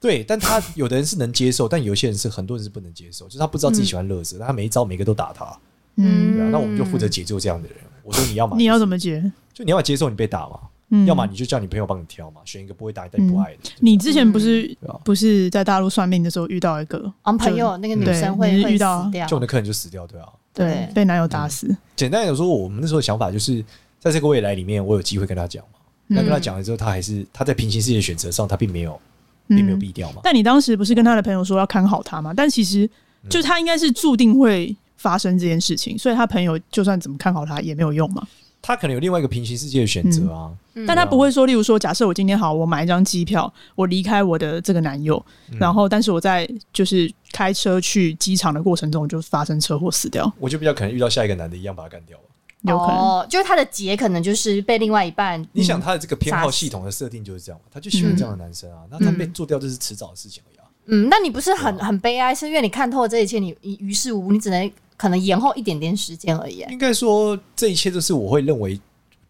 Speaker 3: 对，但他有的人是能接受，但有些人是很多人是不能接受，就是他不知道自己喜欢乐色，但他每一招每个都打他，
Speaker 1: 嗯，
Speaker 3: 对啊，那我们就负责解救这样的人。我说你要嘛，
Speaker 1: 你要怎么解？
Speaker 3: 就你要么接受你被打嘛，
Speaker 1: 嗯，
Speaker 3: 要么你就叫你朋友帮你挑嘛，选一个不会打但你不爱的。
Speaker 1: 你之前不是
Speaker 3: 对啊
Speaker 1: 不是在大陆算命的时候遇到一个
Speaker 2: 我们哦朋友那个女
Speaker 3: 嗯
Speaker 2: 生会
Speaker 1: 对
Speaker 2: 会
Speaker 1: 你遇到
Speaker 2: 死掉
Speaker 3: 就，我的客人就死掉，对啊。
Speaker 2: 对
Speaker 1: 被男友打
Speaker 3: 嗯
Speaker 1: 死？
Speaker 3: 简单来说，我们那时候的想法就是，在这个未来里面，我有机会跟他讲嘛。那跟他讲了之后，他还是他在平行世界的选择上，他并没有并没有
Speaker 1: 嗯
Speaker 3: 避掉嘛。
Speaker 1: 但你当时不是跟他的朋友说要看好他吗？但其实
Speaker 3: 嗯
Speaker 1: 就他应该是注定会发生这件事情，所以他朋友就算怎么看好他也没有用嘛。
Speaker 3: 他可能有另外一个平行世界的选择啊。
Speaker 2: 嗯
Speaker 1: 但他不会说，例如说，假设我今天好，我买一张机票，我离开我的这个男友，
Speaker 3: 嗯
Speaker 1: 嗯然后但是我在就是开车去机场的过程中就发生车祸死掉，
Speaker 3: 我就比较可能遇到下一个男的一样把他干掉了。
Speaker 1: 有可能。
Speaker 2: 哦，就是他的结可能就是被另外一半
Speaker 3: 你想他的这个偏好系统的设定就是这样嘛，他就喜欢这样的男生啊，那他被做掉这是迟早的事情而已啊。
Speaker 2: 嗯，那你不是很很悲哀？是因为你看透了这一切，你你于事无补，你只能可能延后一点点时间而已。
Speaker 3: 应该说，这一切都是我会认为，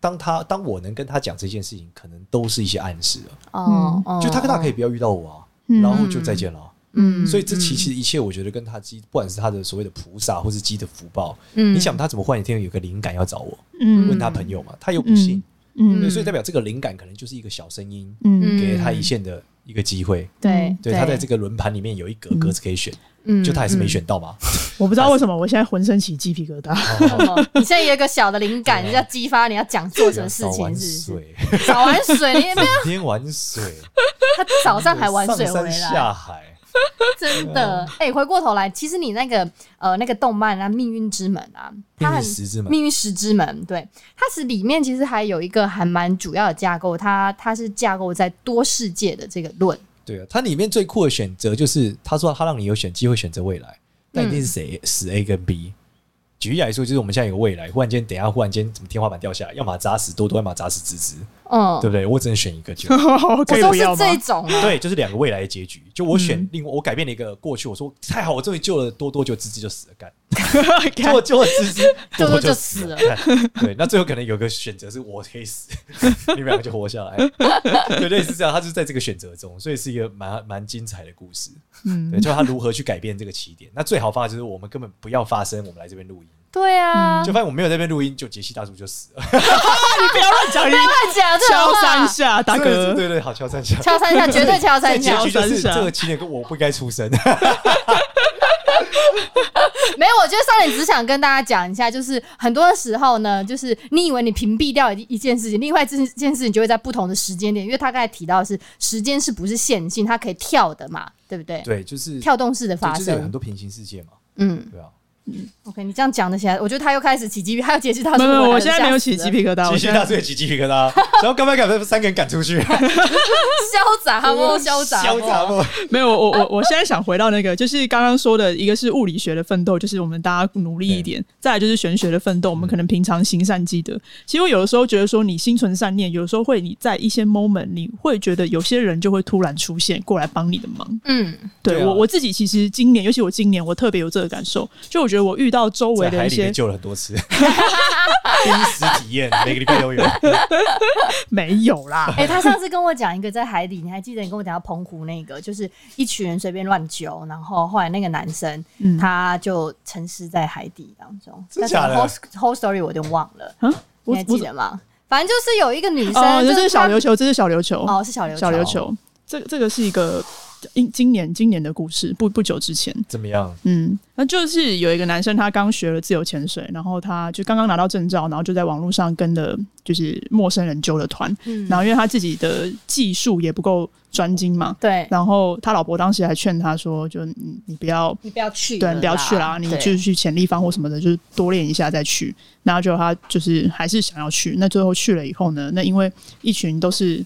Speaker 3: 当他当我能跟他讲这件事情，可能都是一些暗示了。
Speaker 2: 哦，哦
Speaker 3: 就他大可以不要遇到我啊，
Speaker 1: 嗯
Speaker 3: 然后就再见了啊。
Speaker 2: 嗯
Speaker 3: 所以这其实一切，我觉得跟他鸡，不管是他的所谓的菩萨，或是鸡的福报，
Speaker 2: 嗯
Speaker 3: 你想他怎么忽然间有个灵感要找我？
Speaker 1: 嗯
Speaker 3: 问他朋友嘛，他又不信，
Speaker 1: 嗯
Speaker 3: 对所以代表这个灵感可能就是一个小声音，
Speaker 1: 嗯，
Speaker 3: 给了他一线的一个机会。
Speaker 2: 对
Speaker 3: 对他在这个轮盘里面有一格格子可以选，
Speaker 2: 嗯
Speaker 3: 就他还是没。
Speaker 2: 嗯
Speaker 3: 选到嘛。
Speaker 1: 我不知道为什么我现在浑身起鸡皮疙瘩。
Speaker 3: 哦
Speaker 2: 哦 你现在有一个小的灵感，
Speaker 3: 对啊
Speaker 2: 要激发你要讲做什么事
Speaker 3: 少
Speaker 2: 情，
Speaker 3: 玩
Speaker 2: 是不
Speaker 3: 水，
Speaker 2: 是？少玩水，你没有
Speaker 3: 整天玩水，
Speaker 2: 他早上还玩水
Speaker 3: 上
Speaker 2: 回
Speaker 3: 山
Speaker 2: 来，
Speaker 3: 下海，
Speaker 2: 真的。
Speaker 3: 嗯
Speaker 2: 哎、回过头来，其实你那个呃那个动漫啊，《命运之门》啊，它
Speaker 3: 命
Speaker 2: 很
Speaker 3: 运石之门。
Speaker 2: 命运石之门，对，它是里面其实还有一个还蛮主要的架构，它它是架构在多世界的这个论，
Speaker 3: 对啊，它里面最酷的选择就是，他说他让你有选机会选择未来，但一定是谁死 A 跟 B。举例来说，就是我们现在有个未来，忽然间，等一下忽然间怎么天花板掉下来，要么砸死多多，要么砸死芝芝，
Speaker 2: 嗯
Speaker 3: 对，不对？我只能选一个就，
Speaker 1: 可以
Speaker 2: 我
Speaker 1: 不
Speaker 2: 说
Speaker 1: 要
Speaker 2: 是
Speaker 1: 吗？
Speaker 2: 这 种啊，
Speaker 3: 对，就是两个未来的结局。就我选
Speaker 1: 嗯
Speaker 3: 另我改变了一个过去，我说太好，我终于救了多多，就芝芝就死了，干，结
Speaker 1: 看
Speaker 3: 果救了芝 芝，
Speaker 2: 多多
Speaker 3: 多多
Speaker 2: 就
Speaker 3: 就
Speaker 2: 死
Speaker 3: 死
Speaker 2: 了
Speaker 3: 了。干对，那最后可能有个选择是我可以死， 你们两个就活下来， 对，类似这样，他就是在这个选择中，所以是一个蛮蛮精彩的故事。
Speaker 1: 嗯
Speaker 3: 对，就他如何去改变这个起点。那最好方法就是我们根本不要发声，我们来这边录音。
Speaker 2: 对啊，
Speaker 3: 嗯就发现我没有在这边录音，就杰西大叔就死了。
Speaker 1: 你不要乱讲，你
Speaker 2: 乱讲 这种
Speaker 1: 敲三
Speaker 2: 话，
Speaker 1: 下，大
Speaker 3: 对
Speaker 1: 哥，
Speaker 3: 对对，好，敲三下。
Speaker 2: 敲三下，绝对敲
Speaker 3: 这
Speaker 2: 三
Speaker 3: 结
Speaker 2: 下。
Speaker 3: 局就
Speaker 1: 敲
Speaker 3: 是
Speaker 1: 三下
Speaker 3: 这个青年哥我不该 出生。
Speaker 2: 没有，我觉得上脸只想跟大家讲一下，就是很多的时候呢，就是你以为你屏蔽掉一一件事情，另外这件事情就会在不同的时间点，因为他刚才提到的是时间是不是线性，它可以跳的嘛，对不对？
Speaker 3: 对，就是
Speaker 2: 跳动式的发
Speaker 3: 对就是有很
Speaker 2: 生。
Speaker 3: 多平行世界嘛，
Speaker 2: 嗯
Speaker 3: 对啊。
Speaker 2: ，OK，你这样讲的起来，我觉得他又开始起鸡皮， 他又解释他
Speaker 1: 没
Speaker 2: 说
Speaker 1: 有没有，我
Speaker 2: 我
Speaker 1: 现在没有起鸡
Speaker 2: 皮，
Speaker 1: 皮疙瘩，
Speaker 3: 杰
Speaker 1: 我
Speaker 3: 西
Speaker 1: 现
Speaker 3: 大
Speaker 1: 在
Speaker 3: 叔也起鸡皮疙瘩，然后干嘛敢把三个人赶 出去？
Speaker 2: 潇洒哦，潇 洒，
Speaker 3: 潇洒不？
Speaker 1: 没有，我我我现在想回到那个，就是刚刚说的，一个是物理学的奋斗，就是我们大家努力一点；再来就是玄学的奋斗，我们可能平常行善积德。其实我有的时候觉得说，你心存善念，有的时候会你在一些 moment，你会觉得有些人就会突然出现过来帮你的忙。
Speaker 2: 嗯，
Speaker 1: 对
Speaker 3: 对啊
Speaker 1: 我我自己其实今年，尤其我今年，我特别有这个感受，就我觉得我遇到周围
Speaker 3: 在
Speaker 1: 的
Speaker 3: 海
Speaker 1: 一
Speaker 3: 里
Speaker 1: 些
Speaker 3: 面救了很多次， 濒死体验，每个礼拜都有。
Speaker 1: 没有 啦，
Speaker 2: 哎、他上次跟我讲一个在海底，你还记得你跟我讲到澎湖那个，就是一群人随便乱揪，然后后来那个男生、
Speaker 1: 嗯
Speaker 2: 他就沉尸在海底当中。
Speaker 3: 真
Speaker 2: 是
Speaker 3: 假的
Speaker 2: whole whole story 我有点忘了，
Speaker 1: 啊，
Speaker 2: 你
Speaker 1: 我
Speaker 2: 还
Speaker 1: 我
Speaker 2: 记得吗？反正就是有一个女生，
Speaker 1: 哦，这
Speaker 2: 就是是
Speaker 1: 小
Speaker 2: 她
Speaker 1: 琉球，这是小琉球，
Speaker 2: 哦，是小琉球，
Speaker 1: 小琉球，这这个是一个今今年今年的故事，不不久之前。
Speaker 3: 怎么样？
Speaker 1: 嗯，那就是有一个男生，他刚学了自由潜水，然后他就刚刚拿到证照，然后就在网络上跟了就是陌生人揪了团，
Speaker 2: 嗯
Speaker 1: 然后因为他自己的技术也不够专精嘛，
Speaker 2: 对，
Speaker 1: 然后他老婆当时还劝他说，就你你不要。
Speaker 2: 你不要去了，
Speaker 1: 对，你不要去啦，你
Speaker 2: 对
Speaker 1: 就去潜力方或什么的，就是多练一下再去。然后就他就是还是想要去，那最后去了以后呢，那因为一群都是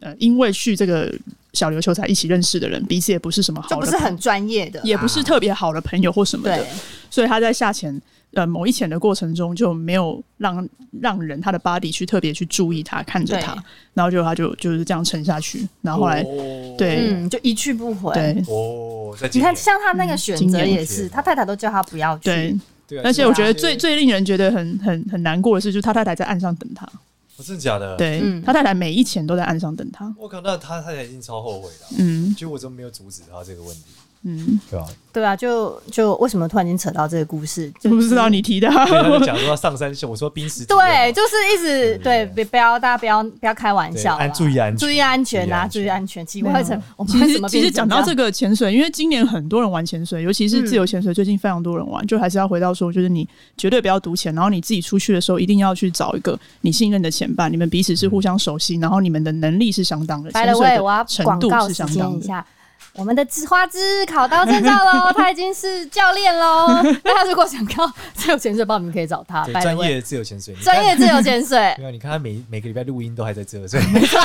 Speaker 1: 呃，因为去这个小琉球才一起认识的人，彼此也不是什么好的
Speaker 2: 就
Speaker 1: 朋
Speaker 2: 不
Speaker 1: 友，
Speaker 2: 是很专业的啦，
Speaker 1: 也不是特别好的朋友或什么的
Speaker 2: 对，，
Speaker 1: 所以他在下潜呃某一潜的过程中就没有让让人他的 body 去特别去注意他看着他
Speaker 2: 对，
Speaker 1: 然后就他就就是这样沉下去，然后后来、
Speaker 3: 哦
Speaker 1: 对
Speaker 2: 嗯，就一去不回。
Speaker 1: 对嗯
Speaker 3: 哦，在
Speaker 2: 你
Speaker 3: 今
Speaker 2: 看，
Speaker 3: 年
Speaker 2: 像他那个选择也
Speaker 3: 今
Speaker 2: 是，
Speaker 3: 年
Speaker 2: 他太太都叫他不要去，
Speaker 1: 对，
Speaker 3: 对啊，
Speaker 1: 而且我觉得
Speaker 3: 就是
Speaker 1: 最最令人觉得很很很难过的是，就是他太太在岸上等他，
Speaker 3: 哦真的假的？，
Speaker 1: 对、
Speaker 2: 嗯
Speaker 1: 他太太每一潜都在岸上等他，
Speaker 3: 我靠，那他他已经超后悔了。
Speaker 1: 嗯
Speaker 3: 其实我真没有阻止他这个问题，
Speaker 1: 嗯，
Speaker 3: 对吧、
Speaker 2: 对啊，就就为什么突然间扯到这个故事？
Speaker 1: 我
Speaker 2: 就
Speaker 1: 不知道你提的，啊
Speaker 3: 因为他就讲说他上山秀，我说濒死体
Speaker 2: 对，
Speaker 3: 验嘛，
Speaker 2: 就是一直对，
Speaker 3: 对
Speaker 2: 别不要大家不要不要开玩
Speaker 3: 嗯对
Speaker 2: 笑啦，
Speaker 3: 安注意安全，
Speaker 2: 注意安全啊，注
Speaker 3: 注
Speaker 2: 意
Speaker 3: 意
Speaker 2: 安全。奇怪，
Speaker 1: 没有
Speaker 2: 怎我 们
Speaker 1: 其
Speaker 2: 为什
Speaker 1: 实
Speaker 2: 么
Speaker 1: 其
Speaker 2: 变
Speaker 1: 实
Speaker 2: 成
Speaker 1: 讲到
Speaker 2: 样
Speaker 1: 这个潜水，因为今年很多人玩潜水，尤其是自由潜水，最近非常多人
Speaker 2: 嗯
Speaker 1: 玩。就还是要回到说，就是你绝对不要赌钱，然后你自己出去的时候一定要去找一个你信任的潜伴，你们彼此是互相熟悉，然后你们的能力是相当的，
Speaker 2: 嗯 By
Speaker 1: 潜
Speaker 2: the
Speaker 1: 水
Speaker 2: way，
Speaker 1: 的
Speaker 2: 我要
Speaker 1: 程
Speaker 2: 广
Speaker 1: 度
Speaker 2: 告
Speaker 1: 是
Speaker 2: 时
Speaker 1: 相
Speaker 2: 间
Speaker 1: 当
Speaker 2: 一
Speaker 1: 的。
Speaker 2: 下。我们的紫花枝考到证照喽，他已经是教练喽。 那他如果想要自由潜水报名，可以找他。
Speaker 3: 对
Speaker 2: by the
Speaker 3: 专
Speaker 2: way
Speaker 3: 业自由潜水，你看
Speaker 2: 专业自由潜水，
Speaker 3: 对啊，你看他每每个礼拜录音都还在这，所以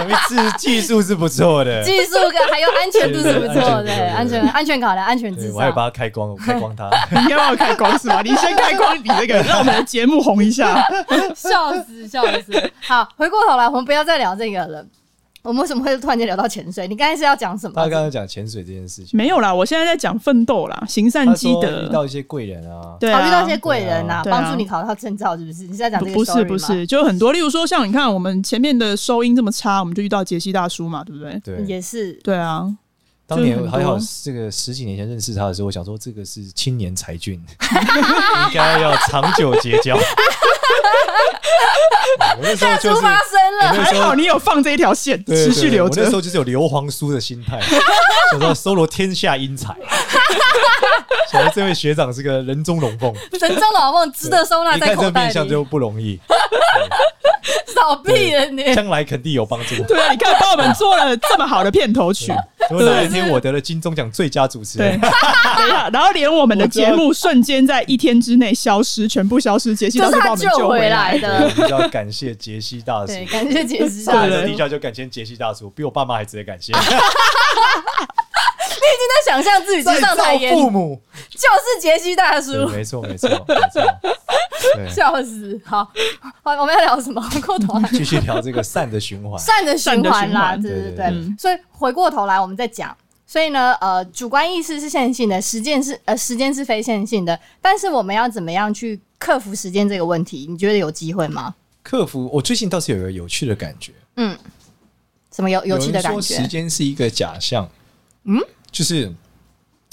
Speaker 3: 我们技技术是不错的。
Speaker 2: 技术跟还有安全度是不错
Speaker 3: 对
Speaker 2: 的，安
Speaker 3: 安全
Speaker 2: 全
Speaker 3: 度
Speaker 2: 安全考量，安全
Speaker 3: 对，
Speaker 2: 至
Speaker 3: 我还有
Speaker 2: 上。
Speaker 3: 帮他开光，我开光他。
Speaker 1: 你要不要开光是吗？你先开光，你那个让我们的节目红一下。
Speaker 2: 笑死，笑死！好，回过头来，我们不要再聊这个了。我们为什么会突然间聊到潜水？你刚才是要讲什么
Speaker 3: 他？刚才讲潜水这件事情，
Speaker 1: 没有啦，我现在在讲奋斗啦，行善
Speaker 3: 他
Speaker 1: 积
Speaker 3: 说遇
Speaker 1: 德，
Speaker 3: 到一些贵人啊，
Speaker 1: 对
Speaker 2: 考
Speaker 1: 啊，
Speaker 2: 虑到一些贵人呐、
Speaker 1: 对啊
Speaker 2: 帮、助你考到证照，是不是？你是在讲
Speaker 1: 不
Speaker 2: 这个
Speaker 1: 不是
Speaker 2: story
Speaker 1: 不
Speaker 2: 吗
Speaker 1: 是，，就很多，例如说像你看我们前面的收音这么差，我们就遇到杰西大叔嘛，对不对？
Speaker 3: 对，
Speaker 2: 也是
Speaker 1: 对啊，
Speaker 3: 当年
Speaker 1: 就很多
Speaker 3: 还好，这个十几年前认识他的时候，我想说这个是青年 才俊，应该要长久结交。 我那时候
Speaker 2: 大
Speaker 3: 就
Speaker 2: 猪
Speaker 3: 是，
Speaker 2: 发生了，
Speaker 3: 我那时
Speaker 1: 还好
Speaker 3: 候
Speaker 1: 你有放这一条线，
Speaker 3: 对对
Speaker 1: 持续留
Speaker 3: 我那时
Speaker 1: 着。
Speaker 3: 候就是有硫磺苏的心态，想说搜罗天下英才，想到这位学长是个人中龙凤，
Speaker 2: 神州老梦值得收纳
Speaker 3: 一
Speaker 2: 在
Speaker 3: 看
Speaker 2: 口
Speaker 3: 这
Speaker 2: 袋
Speaker 3: 面相
Speaker 2: 里，
Speaker 3: 就不 容易，
Speaker 2: 少屁了你！
Speaker 3: 将来肯定有帮助。
Speaker 1: 对啊，你看帮我们做了这么好的片 头曲，
Speaker 3: 如果哪一天我得了金钟奖最佳主 持
Speaker 1: 对，
Speaker 3: 人，
Speaker 1: 等一下，然后连我们的节目瞬间在一天之内消失，全部消失，杰西
Speaker 2: 就
Speaker 1: 大
Speaker 2: 是
Speaker 1: 叔把
Speaker 2: 他
Speaker 1: 我们
Speaker 2: 救
Speaker 1: 回来。
Speaker 2: 回来
Speaker 3: 对我
Speaker 2: 的。
Speaker 3: 们就要感谢杰西大叔
Speaker 2: 对，。感谢解
Speaker 1: 对
Speaker 2: 释大
Speaker 3: 大
Speaker 2: 叔。
Speaker 1: 对
Speaker 3: 底下就感谢杰西大叔，比我爸妈还值得感谢。
Speaker 2: 在想象自己去
Speaker 3: 再
Speaker 2: 上台
Speaker 3: 造
Speaker 2: 演，
Speaker 3: 父母，
Speaker 2: 就是杰西大叔
Speaker 3: 对，，没错没错没错。对，
Speaker 2: 笑死！好，好，我们要聊什么？ 回过头来，
Speaker 3: 继续聊这个善的循环。
Speaker 2: 善的循环啦，
Speaker 1: 善
Speaker 2: 对
Speaker 3: 的循环
Speaker 2: 对
Speaker 1: 对
Speaker 3: 对
Speaker 2: 对。所以回过头来，我们再讲。所以呢，呃，主观意识是线性的，实践是呃，时间是非线性的。但是我们要怎么样去克服时间这个问题？你觉得有机会吗？
Speaker 3: 克服，我最近倒是有一个有趣的感觉，
Speaker 2: 嗯，什么有有趣的
Speaker 3: 人
Speaker 2: 感
Speaker 3: 说时
Speaker 2: 觉？
Speaker 3: 间是一个假象，嗯，就是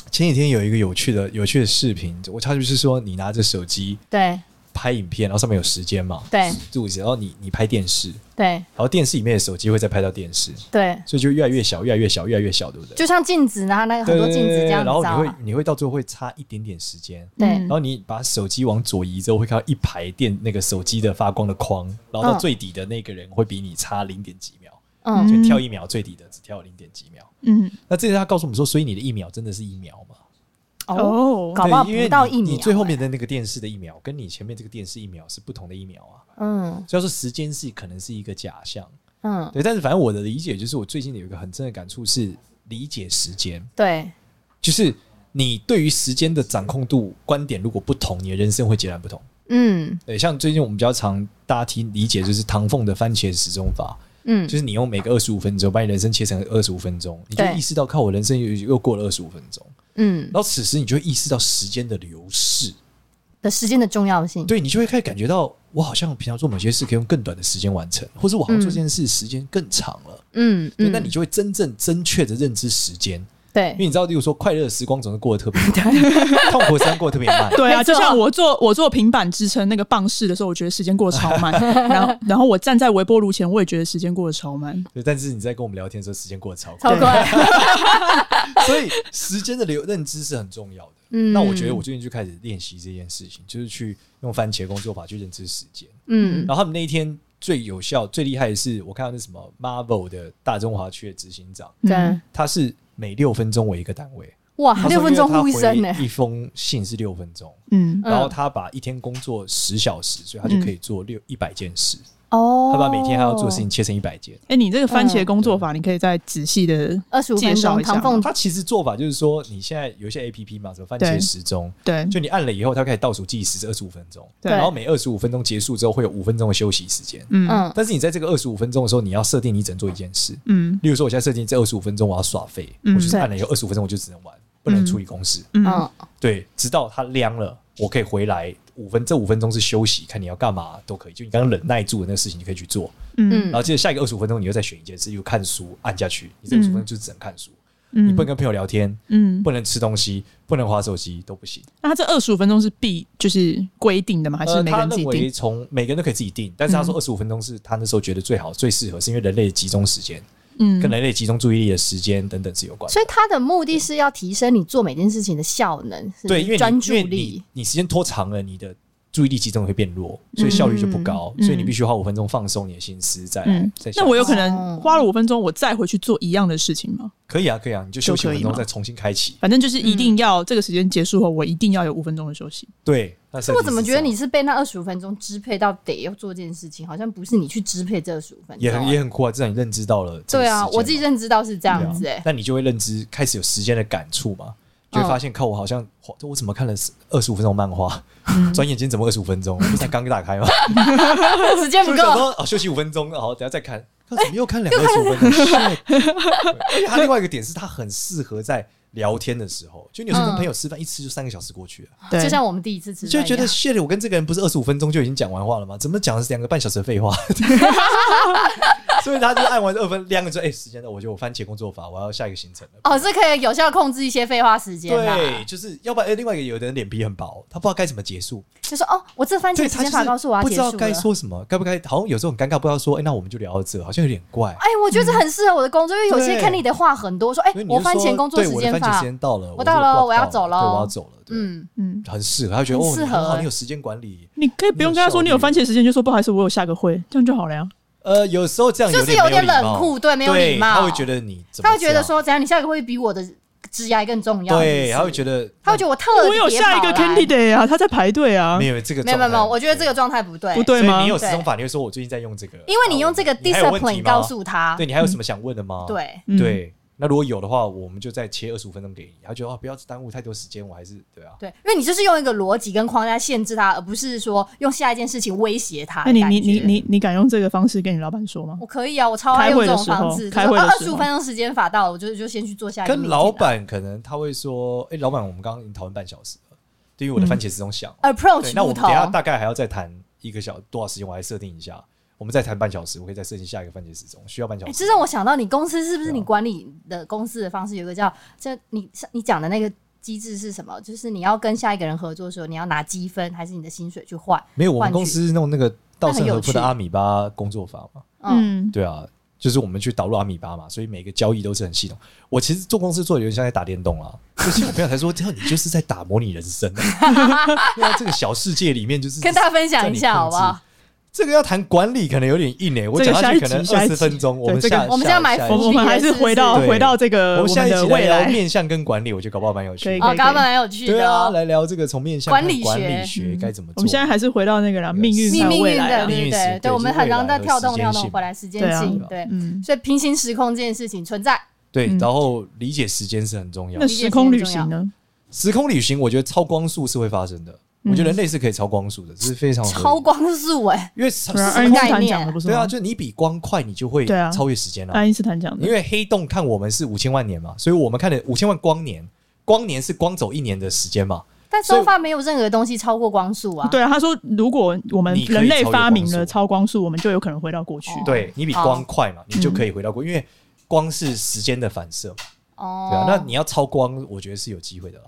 Speaker 3: 前几天有一个有趣的有趣的视频，我差就是说你拿着手机
Speaker 2: 对
Speaker 3: 拍影片，然后上面有时间嘛，
Speaker 2: 对
Speaker 3: 肚子，然后你你拍电视，然
Speaker 2: 对
Speaker 3: 后电视里面的手机会再拍到电视，
Speaker 2: 对，
Speaker 3: 所以就越来越小，越来越小，越来越小，对不对？
Speaker 2: 就像镜子呢，那个 很
Speaker 3: 对
Speaker 2: 多
Speaker 3: 对
Speaker 2: 镜子
Speaker 3: 对
Speaker 2: 这样
Speaker 3: 然后
Speaker 2: 子
Speaker 3: 你
Speaker 2: 照啊
Speaker 3: 会
Speaker 2: 嘛。
Speaker 3: 你会到最后会差一点点时间，
Speaker 2: 对
Speaker 1: 嗯
Speaker 3: 然后你把手机往左移之后，会看到一排电那个手机的发光的框，然后到
Speaker 2: 嗯
Speaker 3: 最底的那个人会比你差零点几秒，
Speaker 2: 嗯
Speaker 3: 就跳一秒，最底的只跳零点几秒。
Speaker 1: 嗯，
Speaker 3: 那这是他告诉我们说，所以你的一秒真的是一秒嘛？
Speaker 2: 哦，
Speaker 1: 哦，
Speaker 2: 搞不好
Speaker 3: 对因为
Speaker 2: 不到
Speaker 3: 你
Speaker 2: 一秒欸
Speaker 3: 你最后面的那个电视的一秒，跟你前面这个电视一秒是不同的一秒啊。
Speaker 2: 嗯
Speaker 3: 所以说时间是可能是一个假象，
Speaker 2: 嗯，
Speaker 3: 对。但是反正我的理解就是，我最近有一个很深的感触是理解时间，
Speaker 2: 对，
Speaker 3: 就是你对于时间的掌控度观点如果不同，你的人生会截然不同。
Speaker 2: 嗯
Speaker 3: 对，像最近我们比较常大家听理解就是唐凤的番茄时钟法，
Speaker 2: 嗯
Speaker 3: 就是你用每个二十五分钟把你人生切成二十五分钟，你就
Speaker 2: 对
Speaker 3: 意识到靠我人生又又过了二十五分钟，
Speaker 2: 嗯
Speaker 3: 然后此时你就会意识到时间的流逝，
Speaker 2: 的时间的重要性。
Speaker 3: 对你就会开始感觉到我好像平常做某些事可以用更短的时间完成，或是我好像做这件事时间更长了，
Speaker 2: 嗯
Speaker 3: 对
Speaker 2: 嗯，
Speaker 3: 那你就会真正正确的认知时间，
Speaker 2: 对
Speaker 3: 因为你知道，例如说快乐的时光总是过得特别 快，痛苦的时光过得特别慢。
Speaker 1: 对啊，
Speaker 2: 没错
Speaker 1: 就像我做我做平板支撑那个棒式的时候，我觉得时间过得 超慢，然后然后我站在微波炉前，我也觉得时间过得超慢。
Speaker 3: 对，但是你在跟我们聊天的时候，时间过得超快，
Speaker 2: 超快。
Speaker 3: 所以时间的流认知是很重要的。
Speaker 2: 嗯
Speaker 3: 那我觉得我最近就开始练习这件事情，就是去用番茄工作法去认知时间。
Speaker 2: 嗯
Speaker 3: 然后他们那一天最有效、最厉害的是，我看到那什么 Marvel 的大中华区的执行长，
Speaker 2: 对，
Speaker 3: 他是每六分钟为一个单位，
Speaker 2: 哇，
Speaker 3: 他说
Speaker 2: 啊六分钟
Speaker 3: 因为他
Speaker 2: 呼一声呢
Speaker 3: 回，一封信是六分钟，
Speaker 1: 嗯，
Speaker 2: 嗯
Speaker 3: 然后他把一天工作十小时，所以他就可以做六一百件事，
Speaker 2: 哦，
Speaker 3: 他把每天他要做的事情切成一百件。
Speaker 1: 哎、你这个番茄工作法，你可以再仔细的
Speaker 2: 二十五分
Speaker 1: 介绍
Speaker 2: 钟，
Speaker 1: 一下
Speaker 2: 唐凤
Speaker 3: 他其实做法就是说，你现在有一些 A P P 嘛，什么番
Speaker 1: 对
Speaker 3: 茄时钟，
Speaker 1: 对
Speaker 3: 就你按了以后，它开始倒数计时是二十五分钟，
Speaker 1: 对
Speaker 3: 然后每二十五分钟结束之后会有五分钟的休息时间。
Speaker 1: 嗯
Speaker 2: 嗯
Speaker 3: 但是你在这个二十五分钟的时候，你要设定你只能做一件事。
Speaker 1: 嗯
Speaker 3: 例如说，我现在设定这二十五分钟我要耍废，
Speaker 1: 嗯
Speaker 3: 我就是按了以后二十五分钟我就只能玩，不能处理公事。
Speaker 1: 嗯
Speaker 2: 嗯
Speaker 3: 对，直到它亮了，我可以回来五分，这五分钟是休息，看你要干嘛都可以。就你刚刚忍耐住的那个事情，你可以去做。
Speaker 1: 嗯
Speaker 2: 嗯
Speaker 3: 然后接着下一个二十五分钟，你又再选一件事，又看书按下去，你这
Speaker 1: 嗯
Speaker 3: 二十五分钟就只能看书，
Speaker 1: 嗯，
Speaker 3: 你不能跟朋友聊天，
Speaker 1: 嗯，
Speaker 3: 不能吃东西，不能划手机都不行。
Speaker 1: 那他这二十五分钟是必就是规定的吗？还是
Speaker 3: 呃，
Speaker 1: 每个
Speaker 3: 他
Speaker 1: 人自
Speaker 3: 认
Speaker 1: 己
Speaker 3: 为
Speaker 1: 定？
Speaker 3: 从每个人都可以自己定，但是他说
Speaker 1: 嗯
Speaker 3: 二十五分钟是他那时候觉得最好、最适合，是因为人类的集中时间
Speaker 1: 嗯
Speaker 3: 跟人类集中注意力的时间等等是有关的。
Speaker 2: 所以他的目的是要提升你做每件事情的效能，是不是
Speaker 3: 对，因为你
Speaker 2: 专注
Speaker 3: 因为
Speaker 2: 力
Speaker 3: 你，你时间拖长了，你的注意力集中会变弱，所以效率就不高，
Speaker 1: 嗯
Speaker 3: 所以你必须花五分钟放松你的心思，再来
Speaker 1: 嗯
Speaker 3: 再下
Speaker 1: 那
Speaker 3: 一次。
Speaker 1: 我有可能
Speaker 2: 哦
Speaker 1: 花了五分钟，我再回去做一样的事情吗？
Speaker 3: 可以啊，可以啊，你就休息
Speaker 1: 就
Speaker 3: 五
Speaker 1: 可以
Speaker 3: 分钟
Speaker 1: 吗
Speaker 3: 再重新开启。
Speaker 1: 反正就是一
Speaker 2: 嗯
Speaker 1: 定要、这个时间结束后，我一定要有五分钟的休息。
Speaker 3: 对，那
Speaker 2: 可
Speaker 3: 是
Speaker 2: 我怎么觉得你是被那二十五分钟支配到得要做这件事情，好像不是你去支配这二十五分钟
Speaker 3: 也
Speaker 2: 欸、
Speaker 3: 很也很酷啊？至少你认知到了这个
Speaker 2: 对啊，
Speaker 3: 时间
Speaker 2: 我自己
Speaker 3: 嘛
Speaker 2: 认知到是这
Speaker 3: 对
Speaker 2: 样
Speaker 3: 啊
Speaker 2: 子哎、嗯
Speaker 3: 那你就会认知开始有时间的感触嘛，就会发现靠我好像哇我怎么看了二十五分钟漫画，
Speaker 2: 嗯
Speaker 3: 转眼间 怎么二十五分钟？我不是才刚打开吗？
Speaker 2: 欸时间不
Speaker 3: 就想
Speaker 2: 够，
Speaker 3: 说哦休息五分钟，好等下再看，看怎么又看两个主 分钟？对而且他另外一个点是，他很适合在聊天的时候，就你有时候跟
Speaker 2: 嗯
Speaker 3: 朋友吃饭，一吃就三个小时过去了，
Speaker 1: 对，
Speaker 2: 就像我们第一次吃
Speaker 3: 就
Speaker 2: 嗯饭一样，
Speaker 3: 会觉得 shit，我跟这个人不是二十五分钟就已经讲完话了吗？怎么讲的是两个半小时的 废话？所以他就按完二分，两个就哎、时间到，我觉得我番茄工作法，我要下一个行程了。
Speaker 2: 哦，是可以有效控制一些废话时间啦。
Speaker 3: 对，就是要不然、哎另外一个有的人脸皮很薄，他不知道该怎么结束，
Speaker 2: 就说哦，我这番茄
Speaker 3: 对
Speaker 2: 时
Speaker 3: 他
Speaker 2: 间法告
Speaker 3: 就
Speaker 2: 诉我要
Speaker 3: 是不
Speaker 2: 结
Speaker 3: 知
Speaker 2: 束
Speaker 3: 道
Speaker 2: 了。
Speaker 3: 该说什么，该不该好像有时候很尴尬，不知道说哎、那我们就聊到这，好像有点怪。
Speaker 2: 哎，我觉得这很适合我的工作，因为有些
Speaker 3: 对
Speaker 2: 看你的话很多，说哎
Speaker 3: 所以，你就
Speaker 2: 我番
Speaker 3: 说
Speaker 2: 茄工作
Speaker 3: 对
Speaker 2: 时
Speaker 3: 我的
Speaker 2: 间
Speaker 3: 番茄
Speaker 2: 法
Speaker 3: 时，间到了，我
Speaker 2: 到
Speaker 3: 这个
Speaker 2: 了
Speaker 3: block
Speaker 2: 我要
Speaker 3: 到
Speaker 2: 走
Speaker 3: 了对，我要
Speaker 2: 咯
Speaker 3: 走了，对，
Speaker 2: 嗯，
Speaker 1: 嗯，
Speaker 3: 很适合。他觉得
Speaker 2: 很
Speaker 3: 哦，你
Speaker 2: 适
Speaker 3: 很好，
Speaker 2: 合
Speaker 3: 你有时间管理。
Speaker 1: 你可以不用跟他说你有番茄时间，就说不好意思，我有下个会，这样就好了呀。
Speaker 3: 呃，有时候这样
Speaker 2: 就是
Speaker 3: 有
Speaker 2: 有点
Speaker 3: 点没有礼
Speaker 2: 冷
Speaker 3: 貌
Speaker 2: 酷，对，没有
Speaker 3: 对
Speaker 2: 礼貌。
Speaker 3: 他会觉，得你怎么
Speaker 2: 他会觉
Speaker 3: 这
Speaker 2: 得
Speaker 3: 样，
Speaker 2: 说，怎样，你下一个会比我的职涯更重要。是不
Speaker 3: 对，
Speaker 2: 是
Speaker 3: 他会觉得
Speaker 2: 他会觉得我特
Speaker 1: 我有
Speaker 2: 别
Speaker 1: 下一个
Speaker 2: 跑来
Speaker 1: candidate 啊，他在排队啊
Speaker 3: 没，有这个
Speaker 2: 没有
Speaker 3: 状
Speaker 2: 没
Speaker 3: 态，
Speaker 2: 有没有，我觉得这个状态不对，
Speaker 1: 不
Speaker 3: 所
Speaker 1: 对
Speaker 3: 以
Speaker 1: 吗
Speaker 3: 你？有使
Speaker 2: 对
Speaker 3: 用法，你会说我最近在用这个，
Speaker 2: 因为你用这个
Speaker 3: 哦你还有问题
Speaker 2: discipline
Speaker 3: 吗
Speaker 2: 告诉他，
Speaker 3: 对你还有什么想问的吗？
Speaker 2: 对
Speaker 1: 嗯，
Speaker 3: 对，那如果有的话，我们就再切二十五分钟给你。他觉得啊，不要耽误太多时间，我还是对啊。
Speaker 2: 对，因为你就是用一个逻辑跟框架限制他，而不是说用下一件事情威胁他
Speaker 1: 那哎
Speaker 2: 的
Speaker 1: 你
Speaker 2: 感觉。
Speaker 1: 你你你你敢用这个方式跟你老板说吗？
Speaker 2: 我可以啊，我超爱用这种方式，呃
Speaker 1: 开会的时候开会
Speaker 2: 二
Speaker 1: 的
Speaker 2: 十
Speaker 1: 时
Speaker 2: 五
Speaker 1: 候
Speaker 2: 分钟时间法到了，我就就先去做下一个 meeting
Speaker 3: 跟
Speaker 2: 啊。
Speaker 3: 老板可能他会说，哎，老板，我们刚刚已经讨论半小时了，对于我的番茄时钟响了，对
Speaker 2: approach
Speaker 3: 那我
Speaker 2: 嗯不
Speaker 3: 们等一下
Speaker 2: 同，
Speaker 3: 大概还要再谈一个小多少时间，我来设定一下，我们再谈半小时，我可以再设定下一个番茄时钟，需要半小
Speaker 2: 哎，
Speaker 3: 时
Speaker 2: 这。让我想到你公司是不是
Speaker 3: 对啊
Speaker 2: 你管理的公司的方式有一个叫这你你讲的那个机制是什么？就是你要跟下一个人合作的时候，你要拿积分还是你的薪水去换？
Speaker 3: 没有，我
Speaker 2: 换
Speaker 3: 们
Speaker 2: 取
Speaker 3: 公司弄那个稻
Speaker 2: 那
Speaker 3: 盛和夫
Speaker 2: 很有趣
Speaker 3: 的阿米巴工作法嘛，
Speaker 2: 嗯，
Speaker 1: 嗯，
Speaker 3: 对啊，就是我们去导入阿米巴嘛，所以每个交易都是很系统。我其实做公司做的有点像在打电动啦， 就是我朋友才说，啊这你就是在打模拟人生、啊， 对啊，这个小世界里面就是
Speaker 2: 跟大家分享一下
Speaker 3: 在你控制
Speaker 2: 好不好？
Speaker 3: 这个要谈管理可能有点硬诶、我
Speaker 1: 这个
Speaker 3: 讲下去可能
Speaker 1: 下
Speaker 3: 二
Speaker 1: 一集
Speaker 3: 十分钟，
Speaker 1: 下一集
Speaker 3: 我们
Speaker 1: 对这个
Speaker 3: 下
Speaker 2: 我们现在买
Speaker 3: 下一
Speaker 1: 我
Speaker 3: 集
Speaker 1: 我们还是回到
Speaker 3: 对
Speaker 1: 回到这
Speaker 3: 我
Speaker 1: 个
Speaker 3: 们下一
Speaker 1: 的
Speaker 3: 集
Speaker 1: 未
Speaker 3: 来聊
Speaker 1: 来，
Speaker 3: 面向跟管理，我觉得搞不好蛮有趣
Speaker 1: 可以
Speaker 3: 的。
Speaker 1: 可以
Speaker 2: 哦，刚刚蛮有趣
Speaker 3: 对
Speaker 2: 的
Speaker 3: 啊，
Speaker 2: 哦。
Speaker 3: 来聊这个从面向
Speaker 2: 管理学
Speaker 3: 管理学该怎么做。
Speaker 1: 我们现在还是回到那个啦，命运
Speaker 2: 命
Speaker 1: 还有
Speaker 2: 命
Speaker 1: 未
Speaker 2: 运
Speaker 1: 来
Speaker 2: 的，
Speaker 1: 啊
Speaker 3: 命，
Speaker 2: 对
Speaker 3: 运
Speaker 2: 对
Speaker 3: 是
Speaker 2: 对，我们很常在跳动
Speaker 3: 就是未
Speaker 2: 跳
Speaker 3: 来的时间
Speaker 2: 动回来时间
Speaker 3: 性
Speaker 1: 对啊
Speaker 2: 性，
Speaker 3: 对哦
Speaker 2: 对，
Speaker 1: 嗯，
Speaker 2: 所以平行时空这件事情存在，
Speaker 3: 对，
Speaker 1: 嗯
Speaker 3: 然后理解时间是很重要
Speaker 1: 那
Speaker 3: 的。
Speaker 1: 时空旅行呢？
Speaker 3: 时空旅行，我觉得超光速是会发生的。
Speaker 1: 嗯
Speaker 3: 我觉得人类是可以超光速的，这是非常合理的
Speaker 2: 超，光速哎，
Speaker 3: 因为超
Speaker 1: 对啊，
Speaker 2: 什
Speaker 1: 爱
Speaker 2: 么
Speaker 1: 因斯
Speaker 2: 概
Speaker 1: 坦
Speaker 2: 念
Speaker 1: 讲的不是
Speaker 3: 对啊，
Speaker 1: 吗？
Speaker 3: 就你比光快，你就会
Speaker 1: 对啊
Speaker 3: 超越时间了、
Speaker 1: 爱因斯坦讲
Speaker 3: 因
Speaker 1: 的，
Speaker 3: 为黑洞看我们是五千万年嘛，所以我们看的五千万光年，光年是光走一年的时间嘛。
Speaker 2: 但
Speaker 3: 所以
Speaker 2: 收发没有任何东西超过光速啊。
Speaker 1: 对啊，他说如果我们
Speaker 3: 你可以
Speaker 1: 人类
Speaker 3: 超越
Speaker 1: 发明
Speaker 3: 光速
Speaker 1: 了超光速，我们就有可能回到过去。
Speaker 2: 哦
Speaker 3: 对你比光快嘛，你就可以回到过，因为光是时间的反射嘛，
Speaker 2: 哦，
Speaker 3: 对啊。那你要超光，我觉得是有机会的啦。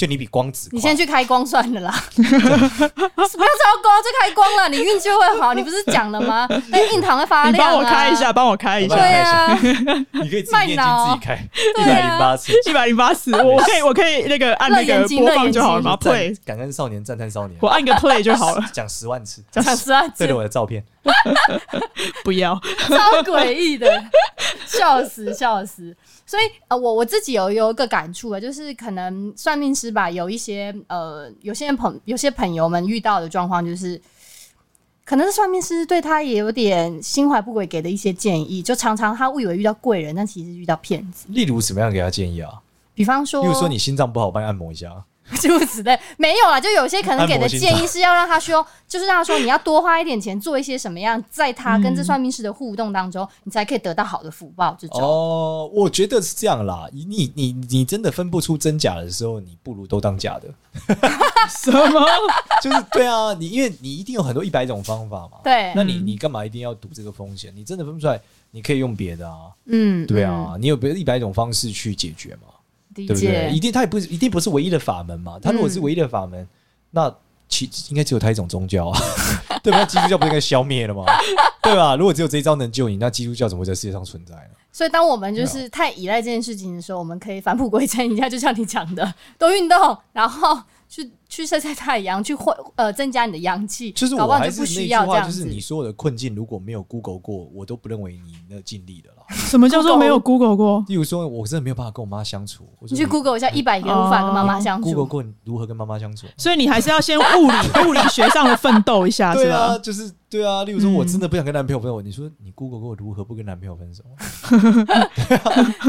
Speaker 3: 就你比光子快，
Speaker 2: 你先去开光算了啦， 不要超光就开光了，你运气会好。你不是讲了 吗？那印堂会发
Speaker 1: 你
Speaker 2: 亮、啊。
Speaker 1: 帮我开一下，。帮我开一
Speaker 3: 我帮
Speaker 1: 下
Speaker 3: 你
Speaker 2: 对
Speaker 3: 开一
Speaker 2: 啊，
Speaker 3: 你可以自己念经自己开一
Speaker 2: 对
Speaker 3: 百
Speaker 2: 啊
Speaker 3: 零八次。
Speaker 1: 一百零八次，我我 可以我可以那个按那
Speaker 2: 乐
Speaker 1: 个
Speaker 2: 眼睛
Speaker 1: 播放就好了
Speaker 2: 乐
Speaker 1: 嘛
Speaker 3: 赞
Speaker 1: ，play，
Speaker 3: 感恩少年，赞叹少年
Speaker 1: 我，按个 play 就好了。
Speaker 3: 讲十万次，
Speaker 2: 讲实话，
Speaker 3: 对着
Speaker 2: 这
Speaker 3: 我的照片，
Speaker 1: 不要，
Speaker 2: 超诡异的，笑死笑死。所以呃，我我自己有有一个感触啊，就是可能算命师吧，有一些呃，有些人朋有些朋友们遇到的状况就是。可能是算命师对他也有点心怀不轨，给的一些建议，就常常他误以为遇到贵人，但其实遇到骗子。
Speaker 3: 例如什么样给他建议啊？
Speaker 2: 比方说，
Speaker 3: 例如说你心脏不好，我帮你按摩一下。
Speaker 2: 诸如此类，没有啊啦，就有些可能给的建
Speaker 3: 按
Speaker 2: 议
Speaker 3: 摩
Speaker 2: 是要让他说，就是让他说你要多花一点钱做一些什么样，在他跟这算命师的互动当中，你才可以得到好的福报。这种、
Speaker 3: 哦，我觉得是这样啦。你你你真的分不出真假的时候，你不如都当假的。
Speaker 1: 什么？
Speaker 3: 就是对啊，你因为你一定有很多一百种方法嘛。
Speaker 2: 对
Speaker 3: 那你
Speaker 1: 嗯
Speaker 3: 你干嘛一定要赌这个风险？你真的分不出来，你可以用别的啊。
Speaker 2: 嗯，
Speaker 3: 对啊，你有别的一百种方式去解决嘛，
Speaker 2: 嗯，理
Speaker 3: 对不对？一
Speaker 2: 解。
Speaker 3: 定它也不是一定不是唯一的法门嘛。它如果是
Speaker 2: 嗯
Speaker 3: 唯一的法门，那其应该只有它一种宗教啊， 对吧？那基督教不是应该消灭了吗？对吧？如果只有这一招能救你，那基督教怎么会在世界上存在呢？
Speaker 2: 所以当我们就是太依赖这件事情的时候，我们可以返璞归真一下，就像你讲的，多运动，然后去去晒晒太阳，去会呃增加你的阳气，
Speaker 3: 就是
Speaker 2: 搞
Speaker 3: 我
Speaker 2: 不好
Speaker 3: 还
Speaker 2: 就是不
Speaker 3: 那句
Speaker 2: 需要这
Speaker 3: 话，
Speaker 2: 样
Speaker 3: 就是
Speaker 2: 子。
Speaker 3: 你所有的困境如果没有 Google 过，我都不认为你那尽力 了啦。
Speaker 1: 什么叫做没有 Google 过？
Speaker 3: 例如说，我真的没有办法跟我妈相处，我
Speaker 2: 你
Speaker 3: 说
Speaker 2: 去 Google 一下一百个无法跟妈妈相
Speaker 3: 哦 Google
Speaker 2: 处，
Speaker 3: 过你如何跟妈妈相处。
Speaker 1: 所以你还是要先物理物理学上的奋斗一下，是
Speaker 3: 对啊，
Speaker 1: 吧？
Speaker 3: 就是对啊。例如说，
Speaker 1: 嗯
Speaker 3: 我真的不想跟男朋友分手，你说你 Google 过如何不跟男朋友分手？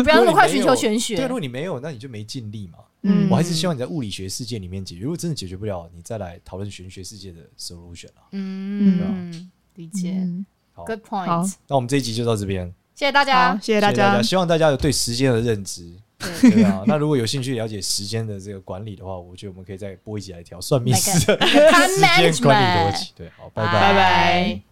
Speaker 2: 不要那么快寻求
Speaker 3: 如果你没
Speaker 2: 玄
Speaker 3: 有
Speaker 2: 学
Speaker 3: 对，。如果你没有，那你就没尽力嘛。
Speaker 2: 嗯
Speaker 3: 我还是希望你在物理学世界里面解决。如果真的解决不了，你再来讨论玄学世界的 solution 啊。
Speaker 2: 嗯，理解。
Speaker 1: 嗯
Speaker 3: 好
Speaker 2: Good
Speaker 1: 好
Speaker 2: point，
Speaker 3: 那我们这一集就到这边，
Speaker 2: 谢谢大
Speaker 1: 好
Speaker 2: 家，。
Speaker 1: 谢谢
Speaker 3: 谢
Speaker 1: 大
Speaker 3: 谢大
Speaker 1: 家
Speaker 3: 家，，希望大家有对时间的认知。
Speaker 2: 对
Speaker 3: 对啊， 那如果有兴趣了解时间的这个管理的话，我觉得我们可以再播一集来聊算命师的
Speaker 2: Time
Speaker 3: 时间管理逻
Speaker 2: management，
Speaker 3: 辑。对，好，拜
Speaker 2: 拜
Speaker 3: 拜。
Speaker 1: 拜拜。